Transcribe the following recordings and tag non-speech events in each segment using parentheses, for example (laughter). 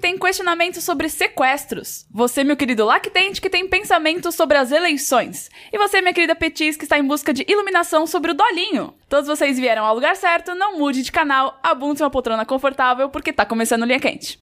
tem questionamentos sobre sequestros. Você, meu querido lactente, que tem pensamentos sobre as eleições. E você, minha querida Petis, que está em busca de iluminação sobre o dolinho. Todos vocês vieram ao lugar certo, não mude de canal, abunde uma poltrona confortável, porque tá começando Linha Quente.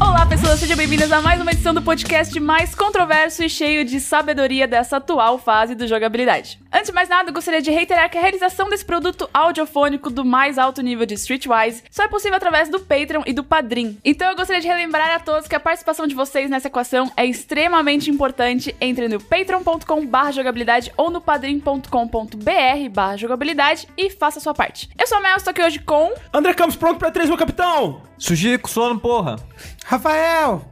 Olá, pessoas, sejam bem-vindas a mais uma edição do podcast mais controverso e cheio de sabedoria dessa atual fase do jogabilidade. Antes de mais nada, eu gostaria de reiterar que a realização desse produto audiofônico do mais alto nível de Streetwise só é possível através do Patreon e do Padrim. Então eu gostaria de relembrar a todos que a participação de vocês nessa equação é extremamente importante. Entre no patreon.com barra jogabilidade ou no padrim.com.br barra jogabilidade e faça a sua parte. Eu sou a Mel, estou aqui hoje com... André Campos, pronto pra três, meu capitão! Sujeito com sono, porra. Rafael!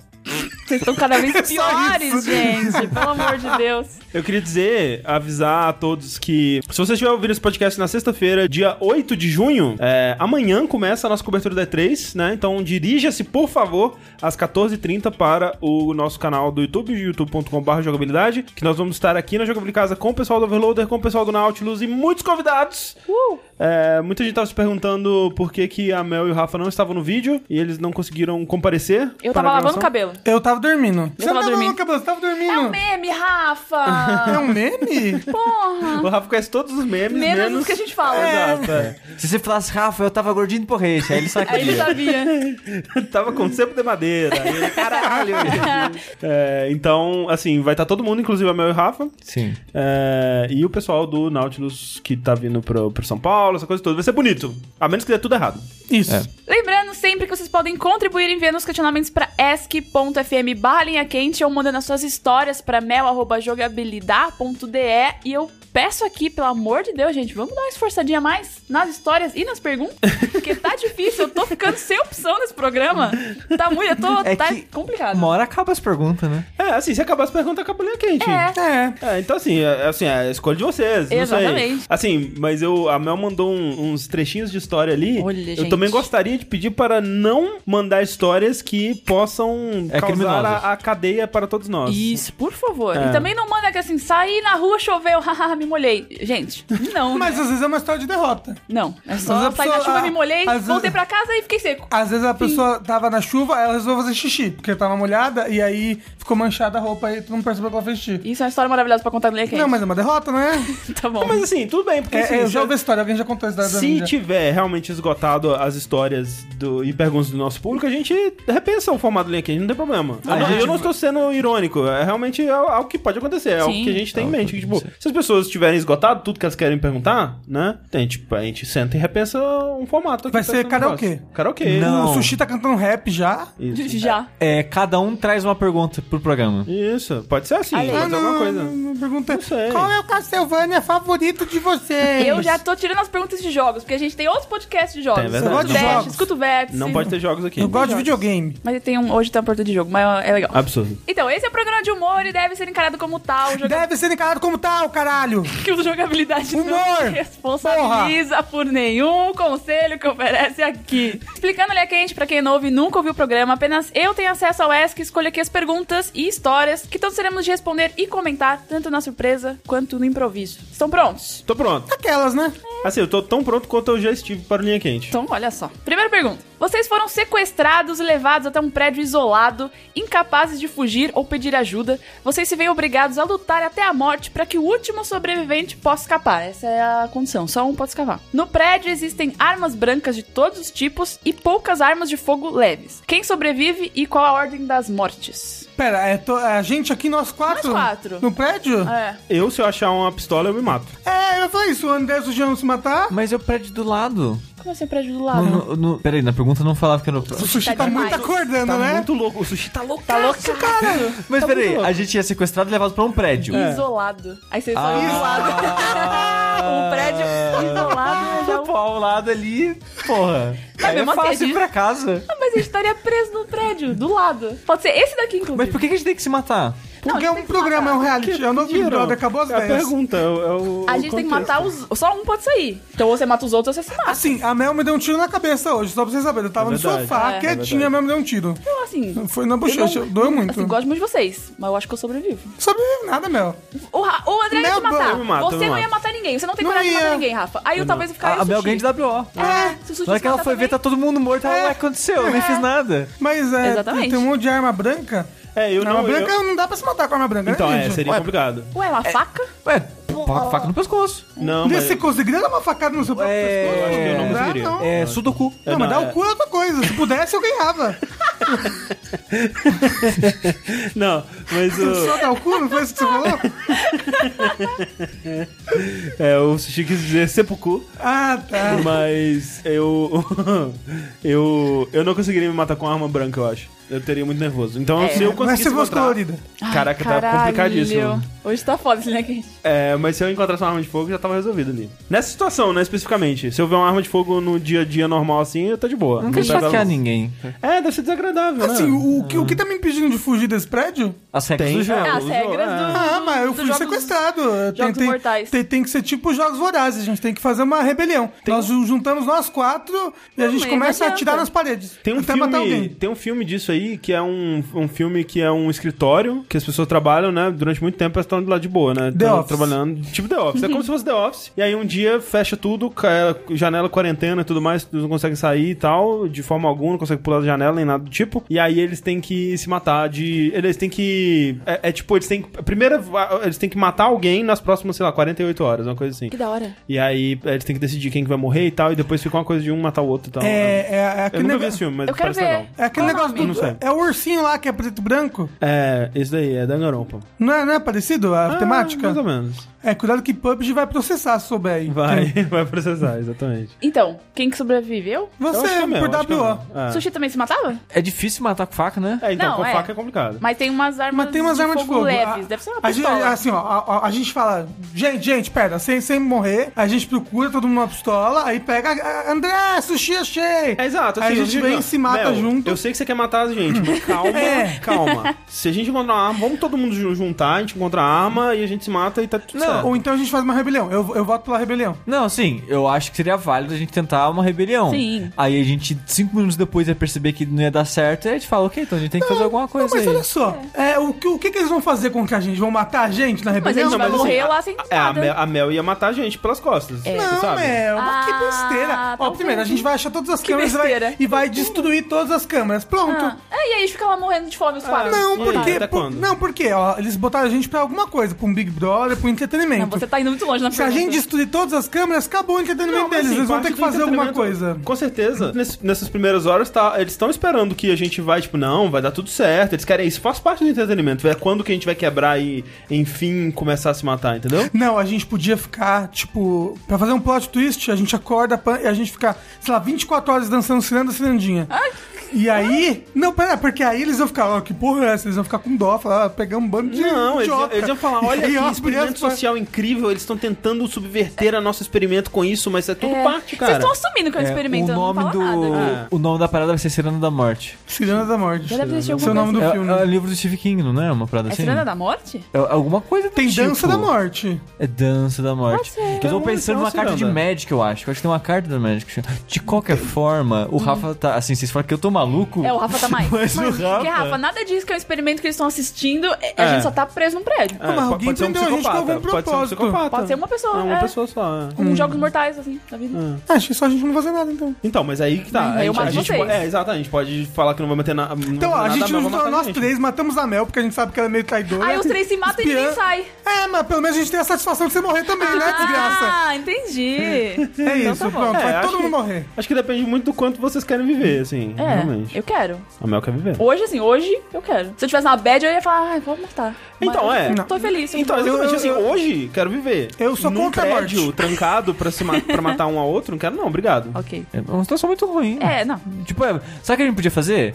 Vocês estão cada vez piores, isso. gente. Pelo amor de Deus. Eu queria dizer, avisar a todos que se vocês estiverem ouvindo esse podcast na sexta-feira, dia 8 de junho, é, amanhã começa a nossa cobertura da E3, né? Então dirija-se, por favor, às 14h30 para o nosso canal do YouTube, youtube.com.br jogabilidade, que nós vamos estar aqui na Jogabilidade Casa com o pessoal do Overloader, com o pessoal do Nautilus e muitos convidados. Uh, É, muita gente estava se perguntando por que, que a Mel e o Rafa não estavam no vídeo e eles não conseguiram comparecer. Eu para tava a lavando o gravação. cabelo. Eu tava dormindo. Você tava não dormindo. Tá louca, você tava dormindo. É um meme, (laughs) Rafa! É um meme? Porra! O Rafa conhece todos os memes, Menos, menos... os que a gente fala. Exato, é. Se você falasse, Rafa, eu tava gordinho de porrete, aí ele Aí ele sacudia. sabia. Tava com cepo de madeira. Aí ele, (laughs) Caralho! É, então, assim, vai estar todo mundo, inclusive a Mel e o Rafa. Sim. é, e o pessoal do Nautilus que tá vindo pro, pro São Paulo, essa coisa toda. Vai ser bonito. A menos que dê tudo errado. Isso. É. Lembrando sempre que vocês podem contribuir enviando os questionamentos para ask.fm barra linha quente ou mandando as suas histórias para mel.jogabilidade.de e eu peço aqui, pelo amor de Deus, gente, vamos dar uma esforçadinha a mais nas histórias e nas perguntas, porque (laughs) tá difícil, eu tô ficando sem opção nesse programa. Tá muito, eu tô... É tá que complicado. Uma hora acaba as perguntas, né? É, assim, se acabar as perguntas, acaba a linha quente. É. É. É, então assim, é, assim, é a escolha de vocês. não sei. Exatamente. Assim, mas eu, a Mel mandou um- uns trechinhos de história ali. Olha, eu gente. também gostaria de pedir para não mandar histórias que possam É causar criminosas. a, a cadeia para todos nós. Isso, por favor. É. E também não manda que assim, saí na rua, choveu, (laughs) haha, me molhei. Gente, não. Mas às vezes é uma história de derrota. Não. É Às só vezes a saí na pessoa- chuva, a- me molhei, às vezes- voltei pra casa e fiquei seco. Às vezes a pessoa tava na chuva, ela resolveu fazer xixi, porque tava molhada, e aí ficou manchada a roupa e tu não percebeu que ela fez xixi. Isso é uma história maravilhosa pra contar no Leia Quente. Não, mas é uma derrota, não é? (laughs) Tá bom. Mas assim, tudo bem, porque É, assim, é, eu se- já ouvi a história, alguém já contou a história da Se Ninja. tipo, tiver realmente esgotado as histórias do- e perguntas do nosso público, a gente repensa o formato do Linha Quente, não tem problema. Eu, a não, gente- eu não estou sendo irônico, é realmente al- algo que pode acontecer, é algo Sim. que a gente tem É em algo mente. que que, pode tipo, se as pessoas tiverem esgotado tudo que elas querem perguntar, né? Tem, tipo, a gente senta e repensa um formato. aqui Vai pra ser esse negócio. karaokê. Karaokê. Não. O sushi tá cantando rap já. Isso. Já. É, cada um traz uma pergunta pro programa. Isso, pode ser assim, Olha aí. pode ser alguma coisa. Ah, não, não perguntei. Não sei. Qual é o Castlevania favorito de vocês? Eu já tô tirando as perguntas de jogos, porque a gente tem outros podcasts de jogos. Tem, é verdade. Você gosta de Dash, jogos? Escuta o vértice. Não pode ter jogos aqui. Eu gosto de videogame. Mas tem um, hoje tem uma pergunta de jogo, mas é legal. Absurdo. Então, esse é o programa de humor e deve ser encarado como tal. é Joga... Deve ser encarado como tal, caralho. que o jogabilidade não Humor! se responsabiliza por nenhum conselho que oferece aqui. Explicando ali a quente, pra quem é novo e nunca ouviu o programa, apenas eu tenho acesso ao ESC, escolho aqui as perguntas e histórias que todos teremos de responder e comentar, tanto na surpresa quanto no improviso. Estão prontos? Tô pronto. Aquelas, né? Assim, eu tô tão pronto quanto eu já estive para o Linha Quente. Então, olha só. Primeira pergunta. Vocês foram sequestrados e levados até um prédio isolado, incapazes de fugir ou pedir ajuda. Vocês se veem obrigados a lutar até a morte para que o último sobrevivente possa escapar. Essa é a condição, só um pode escapar. No prédio existem armas brancas de todos os tipos e poucas armas de fogo leves. Quem sobrevive e qual a ordem das mortes? Pera, é to- é a gente aqui, nós quatro? Nós quatro. No prédio? É. Eu, se eu achar uma pistola, eu me mato. É, eu falei isso, o André sugeriu se matar. Mas eu prédio do lado. Como assim, prédio do Ah, No, lado? no- no- Peraí, na pergunta não falava que era o O sushi Tá tá, demais. muito acordando, Tá né? muito louco. O sushi tá louco. Tá louco, cara? Mas Tá muito peraí, louco. a gente ia sequestrado e levado pra um prédio. É. Isolado. Aí vocês Ah. são isolados. (laughs) um (laughs) prédio isolado é já Ah, pô, ao lado ali, porra. Aí é mesmo assim, a fácil gente- ir pra casa. Ah, é Mas a gente estaria preso no prédio, do lado. Pode ser esse daqui, inclusive. Mas por que que a gente tem que se matar? Não, a Porque é gente um tem que programa, é um matar. né? reality. É o novo Big Pediram. Brother, acabou as É a ideias. pergunta. é o- é o A gente tem que contexto. matar os. Só um pode sair. Então ou você mata os outros ou você se mata. Assim, a Mel me deu um tiro na cabeça hoje, só pra vocês saberem. Eu tava É no verdade. sofá, É. quietinha, É a Mel me deu um tiro. Então, assim. Foi na bochecha, eu não- doeu muito. Assim, gosto muito de vocês, mas eu acho que eu sobrevivo. Sobrevive nada, Mel. O, Ra- o André ia Não, é te matar. eu me mato, eu você me não mato. Ah, ia matar ninguém. Você não tem Não coragem de ia. matar ninguém, Rafa. Aí eu, talvez eu ficaria. A, a Bel sushi. ganha de WO. É, se o sushi Na hora que se ela matar foi ver, também. tá todo mundo morto. Ela, É. Ué, aconteceu? Eu nem fiz nada. Mas é, Exatamente. tem um monte de arma branca. É, eu Na arma não. eu- branca não dá pra se matar com arma branca, Então, né, é, gente? seria Ué. complicado. Ué, uma faca? Ué, faca, faca no pescoço. Não, mas... Nesse conseguiria dar uma facada no seu próprio É, pescoço? eu acho que eu não dá, conseguiria. não. É, sudoku. Não, É, mas não, dar é. o cu é outra coisa. Se pudesse, (laughs) eu ganhava. Não, mas (laughs) o... Só dar o cu, não foi isso que você falou? É, o Sushi quis dizer seppuku, Ah, tá. mas eu... (laughs) eu... Eu não conseguiria me matar com arma branca, eu acho. Eu teria muito nervoso. Então, É. se eu Mas conseguisse se fosse encontrar- colorida. Caraca, Ai, tá complicadíssimo. caralho. Hoje tá foda esse negócio. É, mas se eu encontrasse uma arma de fogo, já tava resolvido ali. Nessa situação, né, especificamente. Se eu ver uma arma de fogo no dia a dia normal assim, eu tô de boa. Não quer tá chatear ninguém. É, deve ser desagradável, Assim, né? o, o que, o que tá me impedindo de fugir desse prédio? As regras Tem. do jogo. É, As o regras jogo, é. do. Ah, mas eu Uhum. dos fui jogos- sequestrado. Tem, tem, mortais. tem, tem que ser tipo os jogos vorazes, a gente tem que fazer uma rebelião. Nós ju- juntamos nós quatro e a Não, gente mas começa não a atirar adianta. nas paredes. Tem um, até matar filme, alguém. tem um filme disso aí, que é um, um filme que é um escritório, que as pessoas trabalham, né? Durante muito tempo, elas estão lá de boa, né? The Tão Office. Trabalhando, tipo The Office. (laughs) É como se fosse The Office. E aí um dia fecha tudo, ca- janela, quarentena e tudo mais, não conseguem sair e tal, de forma alguma, não conseguem pular da janela nem nada do tipo. E aí eles têm que se matar de... Eles têm que... É, é tipo, eles têm que... Primeiro, eles têm que matar alguém nas próximas, sei lá, 48 horas, uma coisa assim. Que da hora. E aí eles têm que decidir quem que vai morrer e tal, e depois fica uma coisa de um matar o outro e tal. É, é, é Eu aquele nunca vi negócio- esse filme, mas Eu quero parece ver. legal. É aquele Qual o negócio nome? Não sei. do. É o ursinho lá que é preto e branco. É, isso daí, é Danganronpa. Não é, não é parecido a Ah, temática? Mais ou menos. É, cuidado que PUBG vai processar se souber aí. Vai, É. (laughs) vai processar, exatamente. Então, quem que sobreviveu? Eu acho Você, que é meu, por acho que é WO. meu. É. Sushi também se matava? É difícil matar com faca, né? É, então, Não, com é. faca é complicado. Mas tem umas armas, Mas tem umas de, armas fogo leves. A- Deve ser uma a gente, pistola. assim, ó, a, a- a gente fala, gente, gente, pera, sem, sem morrer, a gente procura todo mundo uma pistola, aí pega, "Ah, André, sushi achei! É, exato, assim, aí a eu gente digo, vem e se mata Mel, junto. Eu sei que você quer matar a gente, mas calma, É. calma. Se a gente encontrar uma arma, vamos todo mundo ju- juntar, a gente encontra a arma e a gente se mata e tá tudo Não, certo. Ou então a gente faz uma rebelião. Eu, eu voto pela rebelião. Não, sim, eu acho que seria válido a gente tentar uma rebelião. Sim. Aí a gente, cinco minutos depois, ia perceber que não ia dar certo, e a gente fala, ok, então a gente tem que fazer alguma Não, coisa mas aí. olha só, é, o, que, o que, que eles vão fazer com que a gente? Vão matar a gente na Mas a rebelião? gente vai mas morrer assim, lá sem É, a nada. Mel, a Mel ia matar a gente pelas costas. É. você Não, sabe? Mel, mas que Ah, besteira. Ó, talvez. primeiro, a gente vai achar todas as câmeras e vai- besteira. e vai destruir todas as câmeras. Pronto. Ah, é, e aí a gente fica lá morrendo de fome os quatro. Não, E aí, porque. até por- quando? não, porque, ó, eles botaram a gente pra alguma coisa, pra um Big Brother, pra um entretenimento. Não, você tá indo muito longe na Se a pergunta. gente destruir todas as câmeras, acabou o entretenimento Não, mas, deles. assim, eles vão parte ter que do fazer alguma entretenimento, coisa. Com certeza. Ness- nessas primeiras horas, tá, eles estão esperando que a gente vai, tipo, não, vai dar tudo certo. Eles querem isso. Faz parte do entretenimento. É quando que a gente vai quebrar e, enfim, começar a se matar, (laughs) entendeu? Não, a gente podia ficar, tipo, pra fazer um plot twist, a gente acorda pan- e a gente fica, sei lá, 24 horas dançando ciranda, cirandinha. E aí. Não, pera, porque aí eles vão ficar, ó, que porra é essa? Eles vão ficar com dó, falar, ah, pegar um bando de. Não, eles, idiota. eles iam falar, (laughs) E olha aí, ó, que as experimento crianças falam, social incrível, eles estão tentando subverter a nosso experimento com isso, mas é tudo É. parte, cara. Vocês estão assumindo que é um É, experimento, o nome eu não do. Ah, falo nada. nada. O nome da parada vai ser Serena da Morte. Ciranda da Morte. Já deve existir Esse é o alguma nome do coisa. É, filme. é o livro do Steve King, não é? Uma parada É assim? Serena da Morte? É alguma coisa do Tem tipo. Dança da Morte. É dança da morte. ser. Eu tô Então, pensando então, numa carta de Ciranda. Magic, eu acho. Eu acho que tem uma carta da Magic. De qualquer forma, o Rafa tá. Assim, vocês falam que eu tô maluco. Uhum. É, o Rafa tá mais. (laughs) Mas, o Rafa. Porque, Rafa, nada diz que é um experimento que eles estão assistindo, é- a É. gente só tá preso num prédio. É, Não, mas po- alguém prendeu a gente com Pode algum ser um propósito. psicopata. Pode ser uma pessoa, É, uma é. pessoa só. é. Como jogos mortais, assim, da vida. Ah, Acho que só a gente não fazer nada, então. Então, mas aí que tá. Mas a eu gente, a mato gente vocês. pode, é, exato, a gente pode falar que não vai manter na, não vai Então, ó, matar a gente Mel, não vai matar juntou nós gente. três, matamos a Mel, porque a gente sabe que ela é meio traidora. Aí os três se matam e ninguém Espiã. sai. É, mas pelo menos a gente tem a satisfação de você morrer também, né, desgraça? Ah, entendi. É Então isso, tá bom. pronto, É, vai acho todo mundo que- morrer. Acho que depende muito do quanto vocês querem viver, assim. É, realmente. eu quero. A Mel quer viver. Hoje, assim, hoje eu quero. Se eu tivesse uma bad, eu ia falar, ai, vou matar. Então, é. eu Tô feliz. eu Então, vou- exatamente eu- assim, eu- hoje quero viver. Eu sou Num contra a prédio morte. trancado pra, se (laughs) ma- pra matar um ao outro, não quero não, obrigado. Ok. É uma situação muito ruim. É, não. Hum. Tipo, é, sabe o que a gente podia fazer?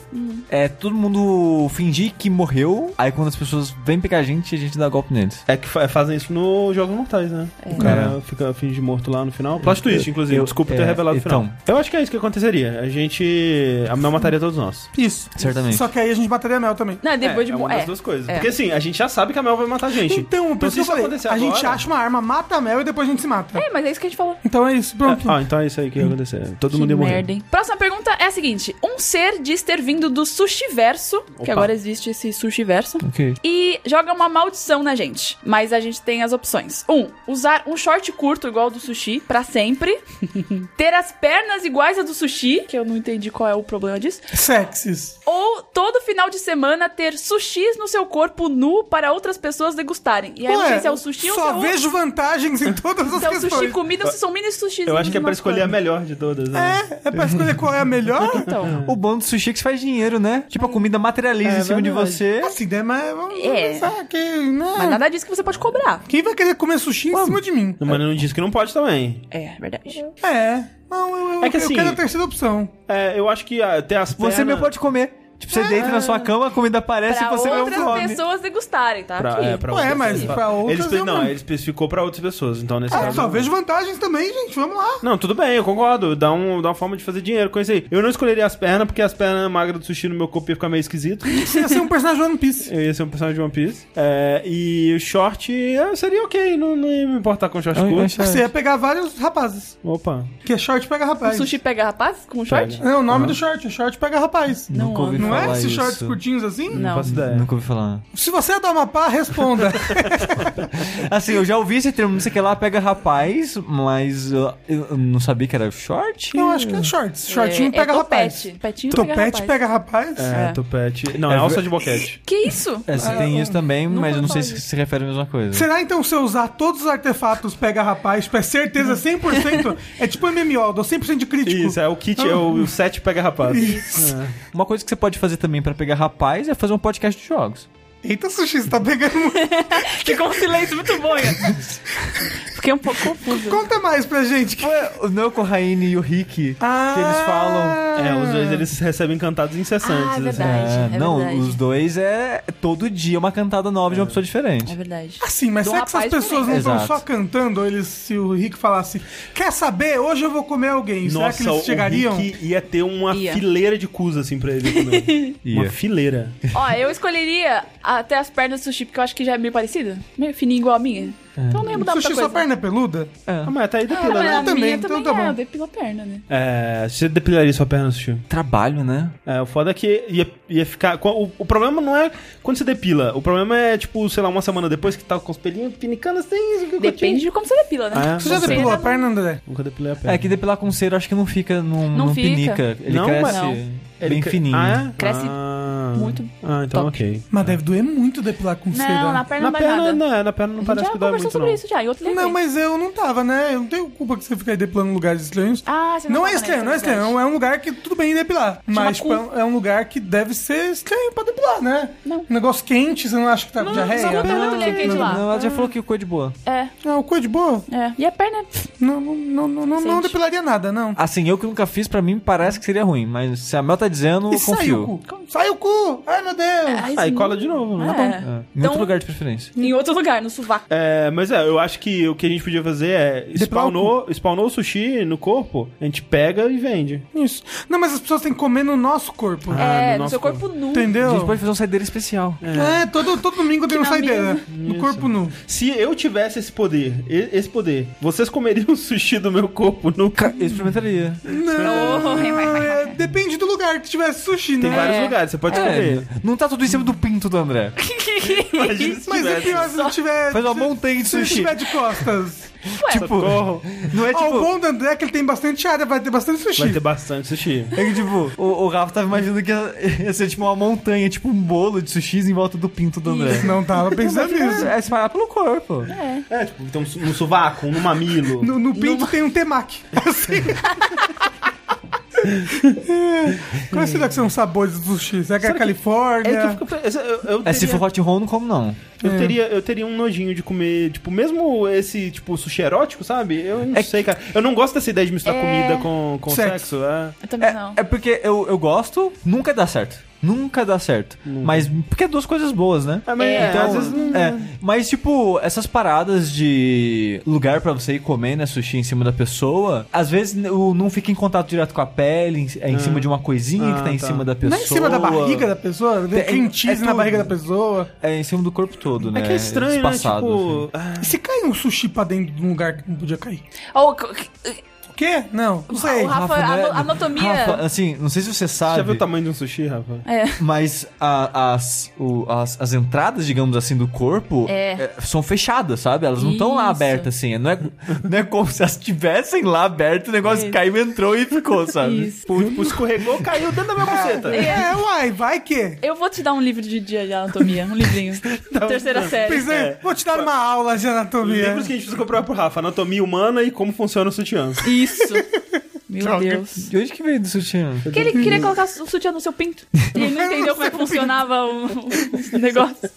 É todo mundo fingir que morreu, aí quando as pessoas vêm pegar a gente, a gente dá golpe neles. É que fa- fazem isso no Jogos Mortais, né? É. O cara fica finge de morto lá no final. Plot twist, inclusive. eu- Desculpa é, ter revelado o então. final. Eu acho que é isso que aconteceria. A gente... A Mel mataria todos nós. Isso. Certamente. Só que aí a gente mataria a Mel também. Não, depois de é uma morrer. das duas coisas. é. Porque assim, a gente já sabe que a Mel vai matar a gente. Então, por isso que eu falei, a gente acha uma arma, mata a Mel e depois a gente se mata. É, mas é isso que a gente falou. Então é isso, pronto. Ah, então é isso aí que ia acontecer. Todo mundo ia morrer. Merda, hein? Próxima pergunta é a seguinte: um ser diz ter vindo do sushi verso, que Opa. agora existe esse sushi verso, Ok. e joga uma maldição na gente. Mas a gente tem as opções: um, usar um short curto igual ao do sushi pra sempre, (laughs) ter as pernas iguais a do sushi, que eu não entendi qual é o problema disso, Sexys. ou todo final de semana ter sushis no seu corpo nu para outras pessoas degustarem. E aí eu não Ué, sei se é o sushi ou se é Só o- vejo vantagens em todas as se é o sushi questões. comida ou se são mini sushis. Eu acho que é pra umas escolher a coisas. melhor de todas, né? É, é pra escolher qual é a melhor? Então, O bom do sushi é que você faz dinheiro, né? Tipo, a comida materializa (laughs) É em cima de verdade. você. Assim, né? Mas vamos É. pensar que, né? mas nada disso que você pode cobrar. Quem vai querer comer sushi em cima de mim? Mas não diz que não pode também. É, verdade. É. Não, eu, eu- É que eu assim- quero a terceira opção. É, eu acho que ah, ter as pernas... Você mesmo pode comer. Tipo, você deita na sua cama, a comida aparece Ah. Pra é e você mesmo outras come. pessoas degustarem, tá? Pra, Aqui. é, pra Ué, outras mas pessoas. pra outras Ele espe- eu Não, não. ele especificou pra outras pessoas, então nesse Ah, caso... só não. vejo vantagens também, gente. Vamos lá. Não, tudo bem, eu concordo. Dá, um, dá uma forma de fazer dinheiro com isso aí. Eu não escolheria as pernas, porque as pernas magras do sushi no meu corpo ia ficar meio (laughs) esquisito. Você ia ser um personagem do One Piece. Eu ia ser um personagem de One Piece. É, e o short é, seria ok, não, não ia me importar com short Eu- eu curto. achava- Você ia pegar vários rapazes. Opa. Que é short pega rapaz. O sushi pega rapaz com um short? Pega. É o nome do short. é Short pega rapaz. Nunca ouvi Não é falar esses shorts isso. curtinhos assim? Não Não. faço ideia. Nunca ouvi falar. Se você é do Amapá, responda. Assim, eu já ouvi esse termo, não sei o que lá, pega rapaz, mas uh, eu, eu não sabia que era short. eu acho (laughs) que é shorts. Shortinho é, pega é rapaz. topete. Petinho pega Topete rapaz. pega rapaz? É, É. topete. Não, É é alça ver- (laughs) de boquete. Que (laughs) isso? É, você tem isso também, nunca mas eu não sei falei. se se refere à mesma coisa. Será então se eu usar todos os artefatos pega rapaz, pra certeza 100%? é tipo MMO, eu dou 100% de crítico. Isso, é o kit, é o, o set pega rapaz. Isso. Uma coisa que você pode fazer também pra pegar rapaz é fazer um podcast de jogos. Eita, sushi, você tá pegando muito. Ficou um silêncio muito bom, Ian. Fiquei um pouco confusa. Conta mais pra gente. que- Ué, o Noko Raine e o Rick, Ah. que eles falam. É, os dois eles recebem cantados incessantes. Ah, é assim. verdade, é não, verdade. os dois é todo dia uma cantada nova de uma pessoa É diferente. verdade. Assim, mas Do será que essas um rapaz pessoas não diferente. estão Exato. só cantando? Ou eles, se o Rick falasse, quer saber, hoje eu vou comer alguém, será que Nossa, eles chegariam? o Rick ia ter uma Ia. fileira de cus assim pra ele (laughs) comer. Uma Ia. fileira. Ó, eu escolheria até as pernas do sushi, porque eu acho que já é meio parecido. Meio fininho igual a minha. Então não ia mudar Sushi, muita coisa. sua perna é peluda? Ah, mas tá aí Ah, depila, mas (laughs) né? a Também, minha então também tá bom. é, eu depilo a perna, né? É, você depilaria sua perna, Sushi? Trabalho, né? É, o foda é que ia, ia ficar. O, o problema não é quando você depila. O problema é, tipo, sei lá, uma semana depois que tá com os pelinhos pinicando assim. que Depende curtinho. de como você depila, né? Ah, é? Você já Não sei. depilou a Não. perna, André? Nunca depilei a perna. É que depilar com cera acho que não fica num, Não num fica. pinica. Ele Não, mas- cresce Não. bem cre- fininho. Ah, é? Cresce Ah. muito Ah, então top. ok. Mas deve doer muito depilar com Não, cera. na perna não na, dá nada. perna, não, é, na perna não a gente parece já que dá conversou muito. sobre não. isso já, em outro Não, evento. mas eu não tava, né? Eu não tenho culpa que você fica aí depilando em lugares estranhos. Ah, você Não tava, é né? estranho, não é Isso verdade. estranho. É um lugar que tudo bem depilar. Mas tipo, cu. é um- é um lugar que deve ser estranho pra depilar, né? Não. Um negócio quente, você não acha que tá com diarreia? não, não, não, não, não, lá. Não, ela já falou que ficou de boa. É, Ah, o cu é de boa? é. E a perna. Não, não, não, não, não, não Sente. depilaria nada, não. Assim, eu que nunca fiz, pra mim parece que seria ruim, mas se a Mel tá dizendo, E eu sai o confio. cu. Sai o cu! Ai, meu Deus! Ah, e cola de novo, né? É. É, em Então- outro lugar de preferência. Em outro lugar, no sovaco. É, mas é, eu acho que o que a gente podia fazer é Depilar o spawnou, spawnou o sushi no corpo, a gente pega e vende. Isso. Não, mas as pessoas têm que comer no nosso corpo. Ah, é, no no seu nosso corpo nu. A Entendeu? gente pode fazer um saideiro especial. É, todo, todo domingo tem um na saideira. No corpo nu. Se eu tivesse esse poder, e- esse poder, vocês comeriam (laughs) sushi do meu corpo nunca? Eu experimentaria. Oh, vai, vai, vai. É, depende do lugar que tivesse sushi, né? Tem vários lugares, você pode (laughs) escolher. É, não tá tudo em cima do pinto do André. Imagina se Mas é tivesse. pior se não tiver. Faz uma se- montanha de Se ele sushi. tiver de costas. Tipo, Socorro. não é Ó, o tipo. bom do André é que ele tem bastante área, vai ter bastante sushi. Vai ter bastante sushi. É que, tipo, o, o Rafa tava imaginando que ia, ia ser tipo uma montanha, tipo um bolo de sushis em volta do pinto do André. (laughs) Não tava pensando nisso. É, é espalhar pelo corpo. É, tipo, tem um, su- um sovaco, um mamilo. (laughs) No, no pinto tem um temaki. Assim. É. Quais será que são os sabores do sushi? Será que é a É, que eu, Califórnia? fico pensando, eu, eu É, se teria- for hot roll, não como não. Eu, teria, eu teria um nojinho de comer, tipo, mesmo esse, tipo, sushi erótico, sabe? Eu não É que- sei, cara. Eu não gosto dessa ideia de misturar É. comida com, com Sexo. sexo. é. Eu também não. É, é porque eu, eu gosto, nunca dá certo. Nunca dá certo. Mas porque é duas coisas boas, né? É, mas é, então, às vezes não- é. Mas, tipo, essas paradas de lugar pra você ir comer, né? Sushi em cima da pessoa. Às vezes n- o- não fica em contato direto com a pele, em- é em cima de uma coisinha Ah, que tá em tá. cima da Não pessoa. é em cima da barriga da pessoa? Tem- Tem cream é cheese na tudo. barriga da pessoa. É em cima do corpo todo, né? É que é estranho, né? Espaçado, Tipo. assim. ah, E se cair um sushi pra dentro de um lugar que não podia cair? Ou, c- c- O quê? Não, não sei. O Rafa- não é- ano- anatomia. Rafa, assim, não sei se você você sabe. já viu o tamanho de um sushi, Rafa? é. Mas a- as, o- as, as entradas, digamos assim, do corpo É. eh, são fechadas, sabe? Elas não estão lá Isso. abertas, assim. Não é, (laughs) não é como se elas estivessem lá abertas, o negócio caiu, entrou e ficou, sabe? (laughs) Isso. Pô, tipo, escorregou, caiu dentro da minha buceta. (laughs) É, uai, vai que. Eu vou te dar um livro de, de anatomia, um livrinho. (laughs) Tá Terceira série. Pensei, É. vou te dar uma aula de anatomia. Livros que a gente precisa comprar pro Rafa: Anatomia Humana e Como Funciona o Sutiã. Isso. Meu Deus. De onde que veio do sutiã? Porque ele queria colocar o sutiã no seu pinto. E ele não entendeu como é que funcionava o, o negócio.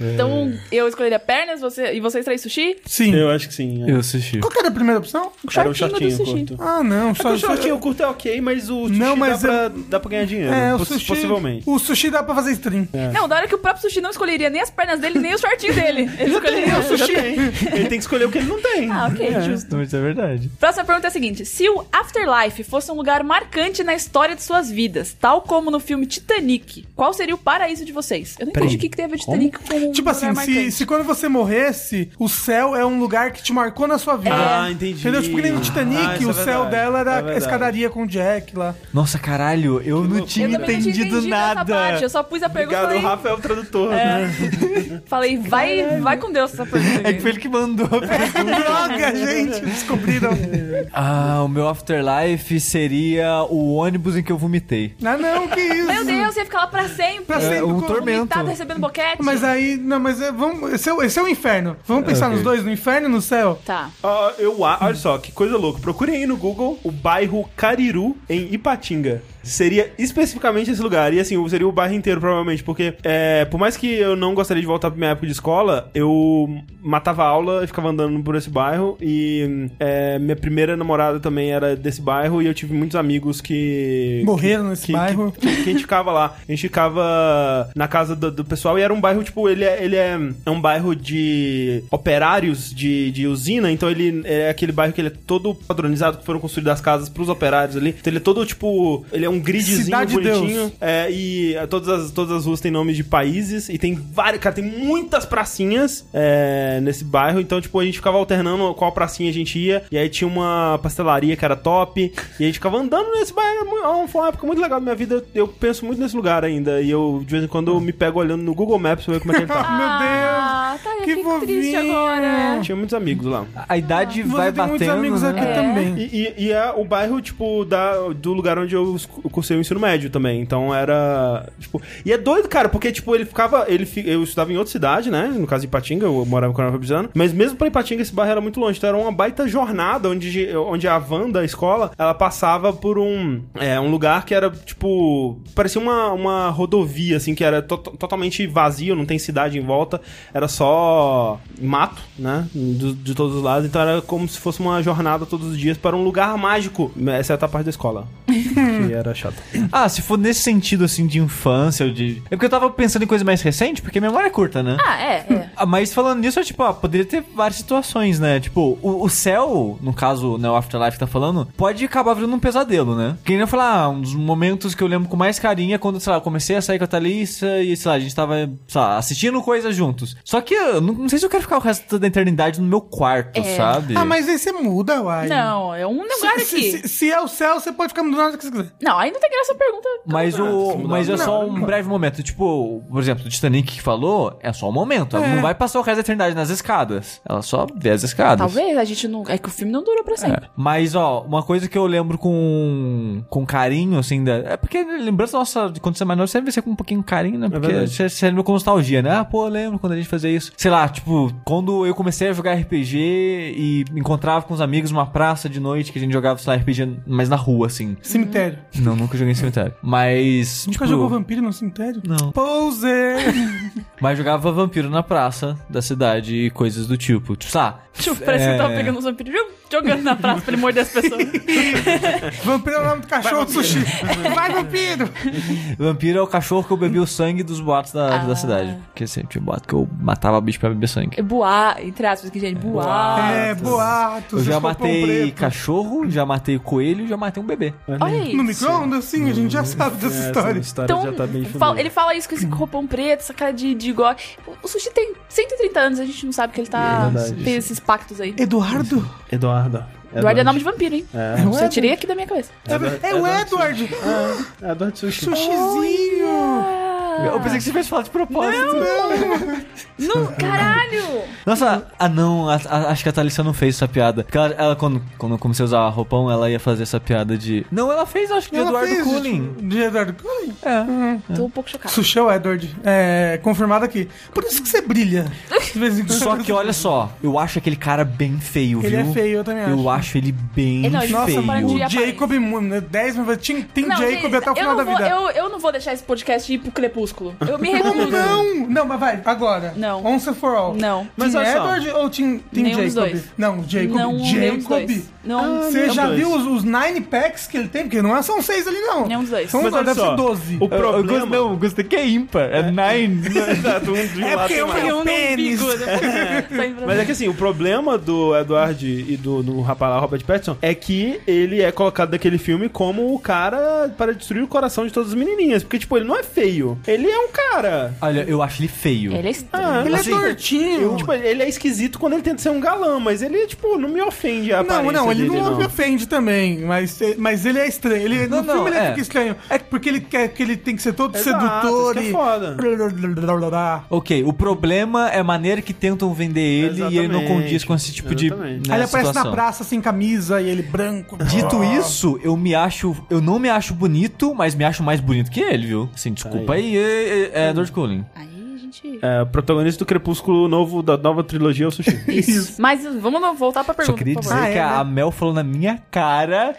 Então, eu escolheria pernas você, e vocês três sushi? Sim. Eu acho que sim. é. Eu assisti. Qual que era a primeira opção? O Era shortinho, o Um shortinho do sushi. curto. Tá, Ah, não, só o shortinho curto é ok, mas o sushi Não, mas dá, pra, dá pra ganhar dinheiro. É, o poss- sushi. Possivelmente. É. O sushi dá pra fazer stream. Não, da hora que o próprio sushi não escolheria nem as pernas dele, nem o shortinho dele. Ele escolheria o Já sushi. tem. Ele tem que escolher o que ele não tem. Ah, ok, justo. Mas é verdade. Próxima pergunta é a seguinte: se o Afterlife fosse um lugar marcante na história de suas vidas, tal como no filme Titanic, qual seria o paraíso de vocês? Eu não entendi o que, que tem a ver Titanic com. um Tipo assim, lugar marcante. se, se quando você morresse, o céu é um lugar que te marcou na sua vida. Ah, entendi. Entendeu? Tipo que nem no Ah, Titanic, isso é o céu verdade. dela É era a verdade. escadaria com o Jack lá. (laughs) Nossa, caralho, eu não tinha Eu também não tinha entendido, entendido essa nada. parte, eu só pus a pergunta Obrigado, o e falei, Rafa é o tradutor. falei, vai, vai com Deus essa pergunta. É que foi ele que mandou. (laughs) Droga, gente! Descobriram. (laughs) ah, o meu afterlife seria o ônibus em que eu vomitei. Ah, não, que isso. Meu Deus, ia ficar lá pra sempre. Pra sempre. É, um com- tormento. Vomitado, recebendo boquete. Mas aí, não, mas é, vamos, esse, é, o- esse é o inferno. Vamos pensar ok. nos dois, no inferno e no céu? Tá. Ah, eu a- olha só, que coisa louca. Procurem aí no Google o bairro Cariru em Ipatinga. Seria especificamente esse lugar. E assim, seria o bairro inteiro, provavelmente. Porque, é, por mais que eu não gostaria de voltar pra minha época de escola, eu matava aula e ficava andando por esse bairro. E é, minha primeira namorada também era desse bairro. E eu tive muitos amigos que. Morreram nesse que- bairro. Que, que a gente ficava lá. A gente ficava na casa do, do pessoal e era um bairro, tipo, ele é, ele é, é um bairro de operários de, de usina, então ele é aquele bairro que ele é todo padronizado, que foram construídas as casas pros operários ali. Então ele é todo, tipo, ele é um gridzinho Cidade de Deus. bonitinho. É, e é, todas as, todas as ruas têm nomes de países e tem várias, cara, tem muitas pracinhas é, nesse bairro. Então, tipo, a gente ficava alternando qual pracinha a gente ia. E aí tinha uma pastelaria que era top. E a gente ficava andando nesse bairro. era mu- ó, Foi uma época muito legal da minha vida. eu- Eu penso muito nesse lugar ainda. E eu, de vez em quando, eu me pego olhando no Google Maps pra ver como é que ele (laughs) tá. Ah, Meu tá, eu que fiquei triste fofinho. agora. tinha muitos amigos lá. A idade Você vai tem batendo. muitos amigos né? aqui É. também. E, e- e é o bairro, tipo, da, do lugar onde eu es- eu cursei o ensino médio também. Então era. Tipo, e é doido, cara, porque, tipo, ele ficava. Ele, fi- eu estudava em outra cidade, né? No caso, Ipatinga, eu morava em Coronel Fabriciano. Mas mesmo pra Ipatinga, esse bairro era muito longe. Então era uma baita jornada onde, ge- onde a van da escola ela passava por um, é, um lugar que era, tipo. Parecia uma, uma rodovia, assim, que era to- to- totalmente vazio, não tem cidade em volta. Era só mato, né? Do- de todos os lados. Então era como se fosse uma jornada todos os dias para um lugar mágico. Exceto a parte da (laughs) escola. que era chata. Ah, se for nesse sentido, assim, de infância ou de... É porque eu tava pensando em coisa mais recente, porque a memória é curta, né? Ah, é, é. Ah, mas falando nisso, é tipo, ah, poderia ter várias situações, né? Tipo, o, o céu, no caso, né, o Afterlife que tá falando, pode acabar virando um pesadelo, né? Quem ia falar, ah, um dos momentos que eu lembro com mais carinho é quando, sei lá, eu comecei a sair com a Thalissa e, sei lá, a gente tava, sei lá, assistindo coisas juntos. Só que eu não, não sei se eu quero ficar o resto da eternidade no meu quarto, É. sabe? Ah, mas aí você muda, uai. Não, é um lugar se, aqui. Se, se- se é o céu, você pode ficar mudando o que você quiser. Não, aí não tem graça a pergunta. Mas, o, mudar. mas é Não, só não um pode. breve momento. Tipo, por exemplo, o Titanic que falou, é só um momento. Ela É. não vai passar o resto da eternidade nas escadas. Ela só vê as escadas. Talvez a gente não. É que o filme não durou pra sempre. É. Mas, ó, uma coisa que eu lembro com, com carinho, assim, da, é porque lembrança nossa de quando você é mais novo, você deve ser com um pouquinho de carinho, É né? Porque verdade. você, você lembra com nostalgia, né? Ah, pô, eu lembro quando a gente fazia isso. Sei lá, tipo, quando eu comecei a jogar RPG e encontrava com os amigos numa praça de noite que a gente jogava, sei lá, RPG, mas na rua, assim. Cemitério. Não, nunca joguei em cemitério. Mas. Nunca tipo, jogou vampiro no cemitério? Não. Poser! Mas jogava vampiro na praça da cidade e coisas do tipo. Tipo, sei lá. (laughs) Tipo, parece que eu tava é, pegando um vampiro. jogando na praça pra ele morder as pessoas. Vampiro é o nome do cachorro do sushi. Vai, vampiro! Vampiro é o cachorro que eu bebi o sangue dos boatos da, Ah. da cidade. Porque sempre tinha boato que eu matava bicho pra beber sangue. É Buá, entre aspas, que gente, buá. É, boatos. Eu já escorpião matei preto. cachorro, já matei coelho, já matei um bebê. Olha aí. No micro-ondas, sim, a gente já sabe É, dessa essa história. história Então, já tá bem fala- fundada. ele fala isso com esse roupão preto, essa cara de, de igual. O sushi tem 130 anos, a gente não sabe que ele tá. É verdade. tem esses pactos aí. Eduardo? Eduardo. Eduardo é nome de vampiro, hein? É, É o Você Edward. tirei aqui da minha cabeça. É, o Edward! é Eduardo Sushi. Sushizinho! Eu pensei que você tivesse falado de propósito. Não, caralho! Nossa, ah não, a- a- acho que a Thalissa não fez essa piada. Porque ela, ela, quando, quando eu comecei a usar roupão, ela ia fazer essa piada de. Não, ela fez, acho que de Ela Eduardo fez, Cullen. tipo, De Eduardo Cullen? Tô um pouco chocado. Sushi é o Edward. É, confirmado aqui. Por isso que você brilha. De vez em quando. Só que olha só, eu acho aquele cara bem feio, Ele viu? é feio, eu também acho. Eu acho ele bem Ele não, ele- Nossa, feio. para de- O Jacob, mu- né, 10 mil vezes. Tem, tem Jacob gente, até o final eu da não vou, vida. Eu, eu não vou deixar esse podcast ir pro crepúsculo. Eu me recuso. Como não? Não, mas vai, agora. Não. Once and for all. Não. Mas Team olha só. Edward ou Team, team Nenhum Jacob? dos dois. Não, Jacob. Não, nenhum dos Jacob. Ah, dois. Não, Você nenhum já dos viu dois. os, os nine packs que ele tem? Porque não é- são seis ali, não. Nenhum dos dois. São Mas dois, olha deve só, ser 12. O Eu- eu gosto- problema... não, eu gostei que é ímpar, é (laughs) nine. (laughs) Exato, um de um É lado porque tem eu mais. peguei um pênis. Mas é que assim, o problema do Edward e do, do rapaz lá, Robert Pattinson, é que ele é colocado naquele filme como o cara para destruir o coração de todas as menininhas. Porque, tipo, ele não é feio. Ele é um cara. Olha, eu acho ele feio. Ele é estranho. Ah, Ele assim, é tortinho. eu- tipo, ele é esquisito quando ele tenta ser um galã, mas ele, tipo, não me ofende a Não, aparência não, ele dele, não, me ofende também, mas, mas ele é estranho. Ele, Não, no não, filme ele é. fica estranho. É porque ele quer que ele tem que ser todo Exato, sedutor isso que é e. foda. Ok, o problema é a maneira que tentam vender ele e ele não Exatamente. condiz com esse tipo de. Exatamente. né, Aí ele aparece situação. na praça sem camisa e ele branco. Dito isso, eu me acho. Eu não me acho bonito, mas me acho mais bonito que ele, viu? Assim, desculpa aí, é, é, é Edward Cullen. Aí a gente. É, o protagonista do Crepúsculo novo, da nova trilogia, é o Sushi. Isso. Mas vamos voltar pra Só pergunta. queria por dizer favor. Ah, é, que a né? a Mel falou na minha cara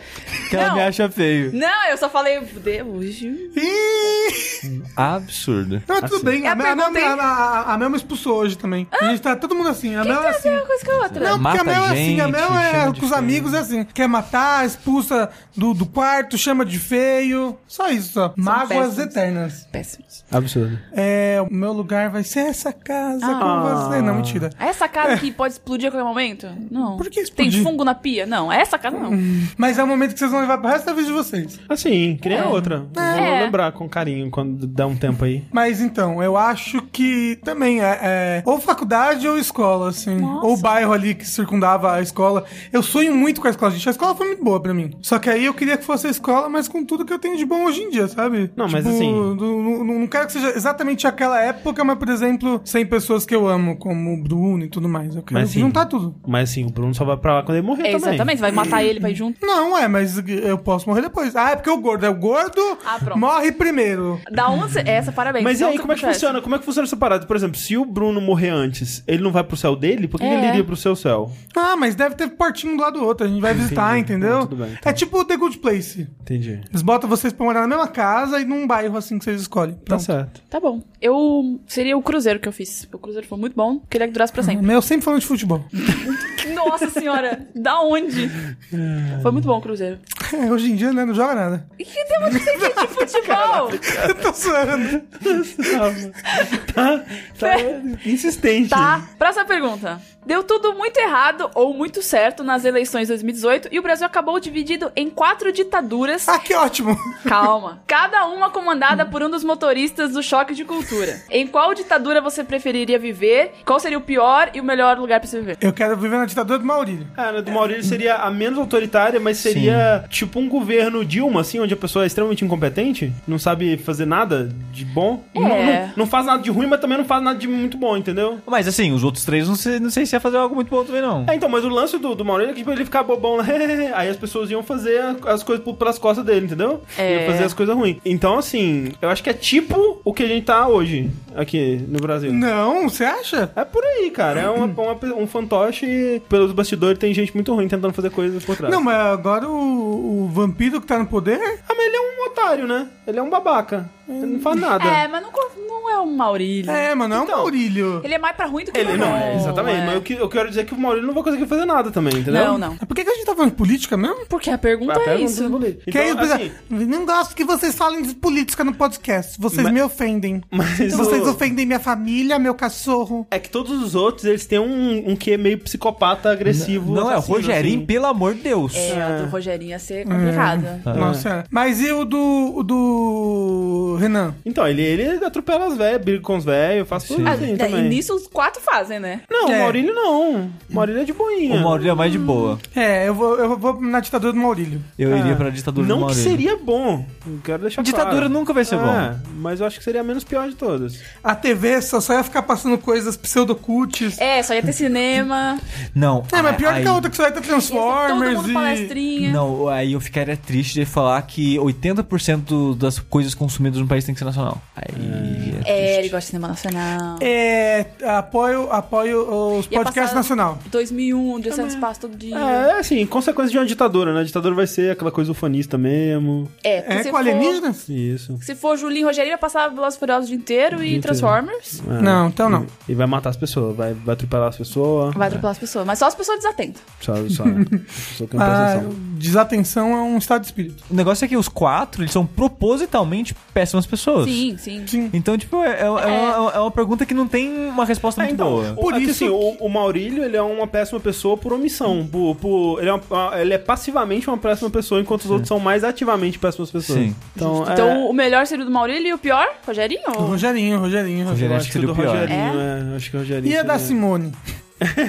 que ela Não. me acha feio. Não, eu só falei. um Deus. Ih! Absurdo. Não, tá tudo bem. É A, Eu Mel- a, Mel- perguntei- a, a- a Mel me expulsou hoje também. A gente tá todo mundo assim. A Mel Tem é assim. uma coisa que a outra. Não, porque Mata a Mel é assim. A gente, Mel é chama de com os feio. amigos é assim. Quer matar, expulsa do, do quarto, chama de feio. Só isso, só. Mágoas péssimos. eternas. Péssimos. (laughs) Absurdo. É, o meu lugar vai ser essa casa com você. Não, mentira. Essa É. casa que pode explodir a qualquer momento? Não. Por que explodir? Tem fungo na pia? Não, essa casa não. Hum, Mas é um momento que vocês vão levar pro resto da vida de vocês. Assim, que nem a outra. É. Vou lembrar com carinho quando dá um tempo aí. Mas então, eu acho que também é, é ou faculdade ou escola, assim. Ou o bairro ali que circundava a escola. Eu sonho muito com a escola, gente. A escola foi muito boa pra mim. Só que aí eu queria que fosse a escola, mas com tudo que eu tenho de bom hoje em dia, sabe? Não, mas Tipo, assim- do- Não, não quero que seja exatamente aquela época, mas, por exemplo, 100 pessoas que eu amo, como o Bruno e tudo mais. Eu quero Mas, assim, juntar tudo. Mas assim, o Bruno só vai pra lá quando ele morrer É, também. exatamente, vai matar ele pra ir junto. Não, é, mas eu posso morrer depois. Ah, é porque o gordo é o gordo, Ah, pronto. morre primeiro. Da onde você... um Essa, parabéns. Mas e Da aí, onde como é que você puxou funciona? Como é que funciona essa parada? Por exemplo, se o Bruno morrer antes, ele não vai pro céu dele? Por que, que É. ele iria pro seu céu? Ah, mas deve ter portinho um do lado do outro, a gente vai visitar, Entendi. entendeu? Não, tudo bem, então. É tipo o The Good Place. Entendi. Eles botam vocês pra morar na mesma casa e num bairro assim que vocês escolhem. Tá Pronto. certo. essa? Tá bom. Eu... Seria o cruzeiro que eu fiz. O cruzeiro foi muito bom. Queria que durasse pra sempre. Mas Eu sempre falando de futebol. (laughs) Hum. Nossa senhora, da (laughs) onde? Foi muito bom o cruzeiro. É, hoje em dia, né, não joga nada. (laughs) E que temos de ser de futebol? Eu tô zoando. (laughs) Tá insistente. Tá, próxima pergunta. Deu tudo muito errado ou muito certo nas eleições de 2018 e o Brasil acabou dividido em quatro (laughs) ditaduras. Ah, que ótimo. Calma. Cada uma comandada por um dos motoristas do choque de cultura. Em qual ditadura você preferiria viver? Qual seria o pior e o melhor lugar pra você viver? Eu quero viver na ditadura do Maurílio. Ah, né, do Maurílio seria a menos autoritária, mas seria tipo um governo Dilma, assim, onde a pessoa é extremamente incompetente, não sabe fazer nada de bom. É. Não, não- não faz nada de ruim, mas também não faz nada de muito bom, entendeu? Mas assim, os outros três não sei, não sei se ia fazer algo muito bom também, não. É, então, mas o lance do, do Maurílio é que tipo, ele ficava bobão lá, (laughs) aí as pessoas iam fazer a- as coisas por- pelas costas dele, entendeu? É. Iam fazer as coisas ruins. Então, assim, eu acho que é tipo o que a gente tá hoje, aqui no Brasil. Não, você acha? É por aí, cara. É (clears throat) uma- uma- um fantoche. Pelos bastidores tem gente muito ruim tentando fazer coisas por trás. Não, mas agora o, o vampiro que tá no poder. Ah, mas ele é um um otário, né? Ele é um babaca. Ele não faz nada. É, mas não, co- não é um Maurílio. É, mano, é um Então. Maurílio. Ele é mais pra ruim do que Ele pra não, bom, é, exatamente. é. Mas eu, que- eu quero dizer que o Maurílio não vai conseguir fazer nada também, entendeu? Não, não. Mas Por que, que a gente tá falando de política mesmo? Porque a pergunta Ah, é pega um isso. segundo aí. que é isso, Então, assim, Não gosto que vocês falem de política no podcast. Vocês Mas- me ofendem. Então, mas vocês o- ofendem minha família, meu cachorro. É que todos os outros, eles têm um, um quê meio psicopata agressivo. Não, é o assassino, Rogerinho, assim. pelo amor de Deus. É, a do Rogerinho ia ser complicada. Ah. Nossa, é. mas e o do, o do Renan? Então, ele, ele atropela as velhas, briga com os velhos, faz tudo Sim. Ah, assim e também. nisso os quatro fazem, né? Não, É. o Maurílio não. O Maurílio é de boinha. O Maurílio é mais de boa. É, eu vou, eu vou na ditadura do Maurílio. Eu Ah. iria pra ditadura do Não que Maurílio. seria bom. Não Quero deixar Ditadura claro. nunca vai ser bom. É, mas eu acho que seria a menos pior de todas. A TV só, só ia ficar passando coisas pseudocutes. É, É, só ia ter cinema, Não. mas pior aí- que a outra que só ia ter ia ser é todo Transformers mundo e... palestrinha. Não, aí eu ficaria triste de falar que 80% do- das coisas consumidas no país tem que ser nacional. Aí. É, ele triste. gosta de cinema nacional. É, apoio, apoio os Ia podcasts passar nacional. 2001, Dia Santo um, Espaço todo dia. É, assim, consequência de uma ditadura, né? A ditadura vai ser aquela coisa ufanista mesmo. É, porque É, se com for- alienígenas? Isso. Se for Julinho e Rogerinho, vai passar Velozes e Furiosos o dia inteiro e inteiro. Transformers. É. Não, então não. E vai matar as pessoas, vai, vai atropelar as pessoas. Vai atropelar as pessoas, mas só as pessoas desatentas. Só, (laughs) só, só que não presta Ah, atenção. desatenção é um estado de espírito. O negócio é que os quatro, eles são propositalmente péssimas pessoas. Sim, sim. Sim. Então, tipo, é, é- é Uma, é uma pergunta que não tem uma resposta É, muito então, boa. por Por isso isso assim, o, o Maurílio ele é uma péssima pessoa por omissão. Por, por- ele, é uma- ele é passivamente uma péssima pessoa, enquanto os outros são mais ativamente péssimas pessoas. Sim. Então, Então é, o melhor seria o do Maurílio e o pior, Rogerinho? O Rogerinho, o Rogerinho. o Rogerinho. eu acho acho que que o seria do o pior. Rogerinho, é? acho que o Rogerinho. E a da seria- Simone?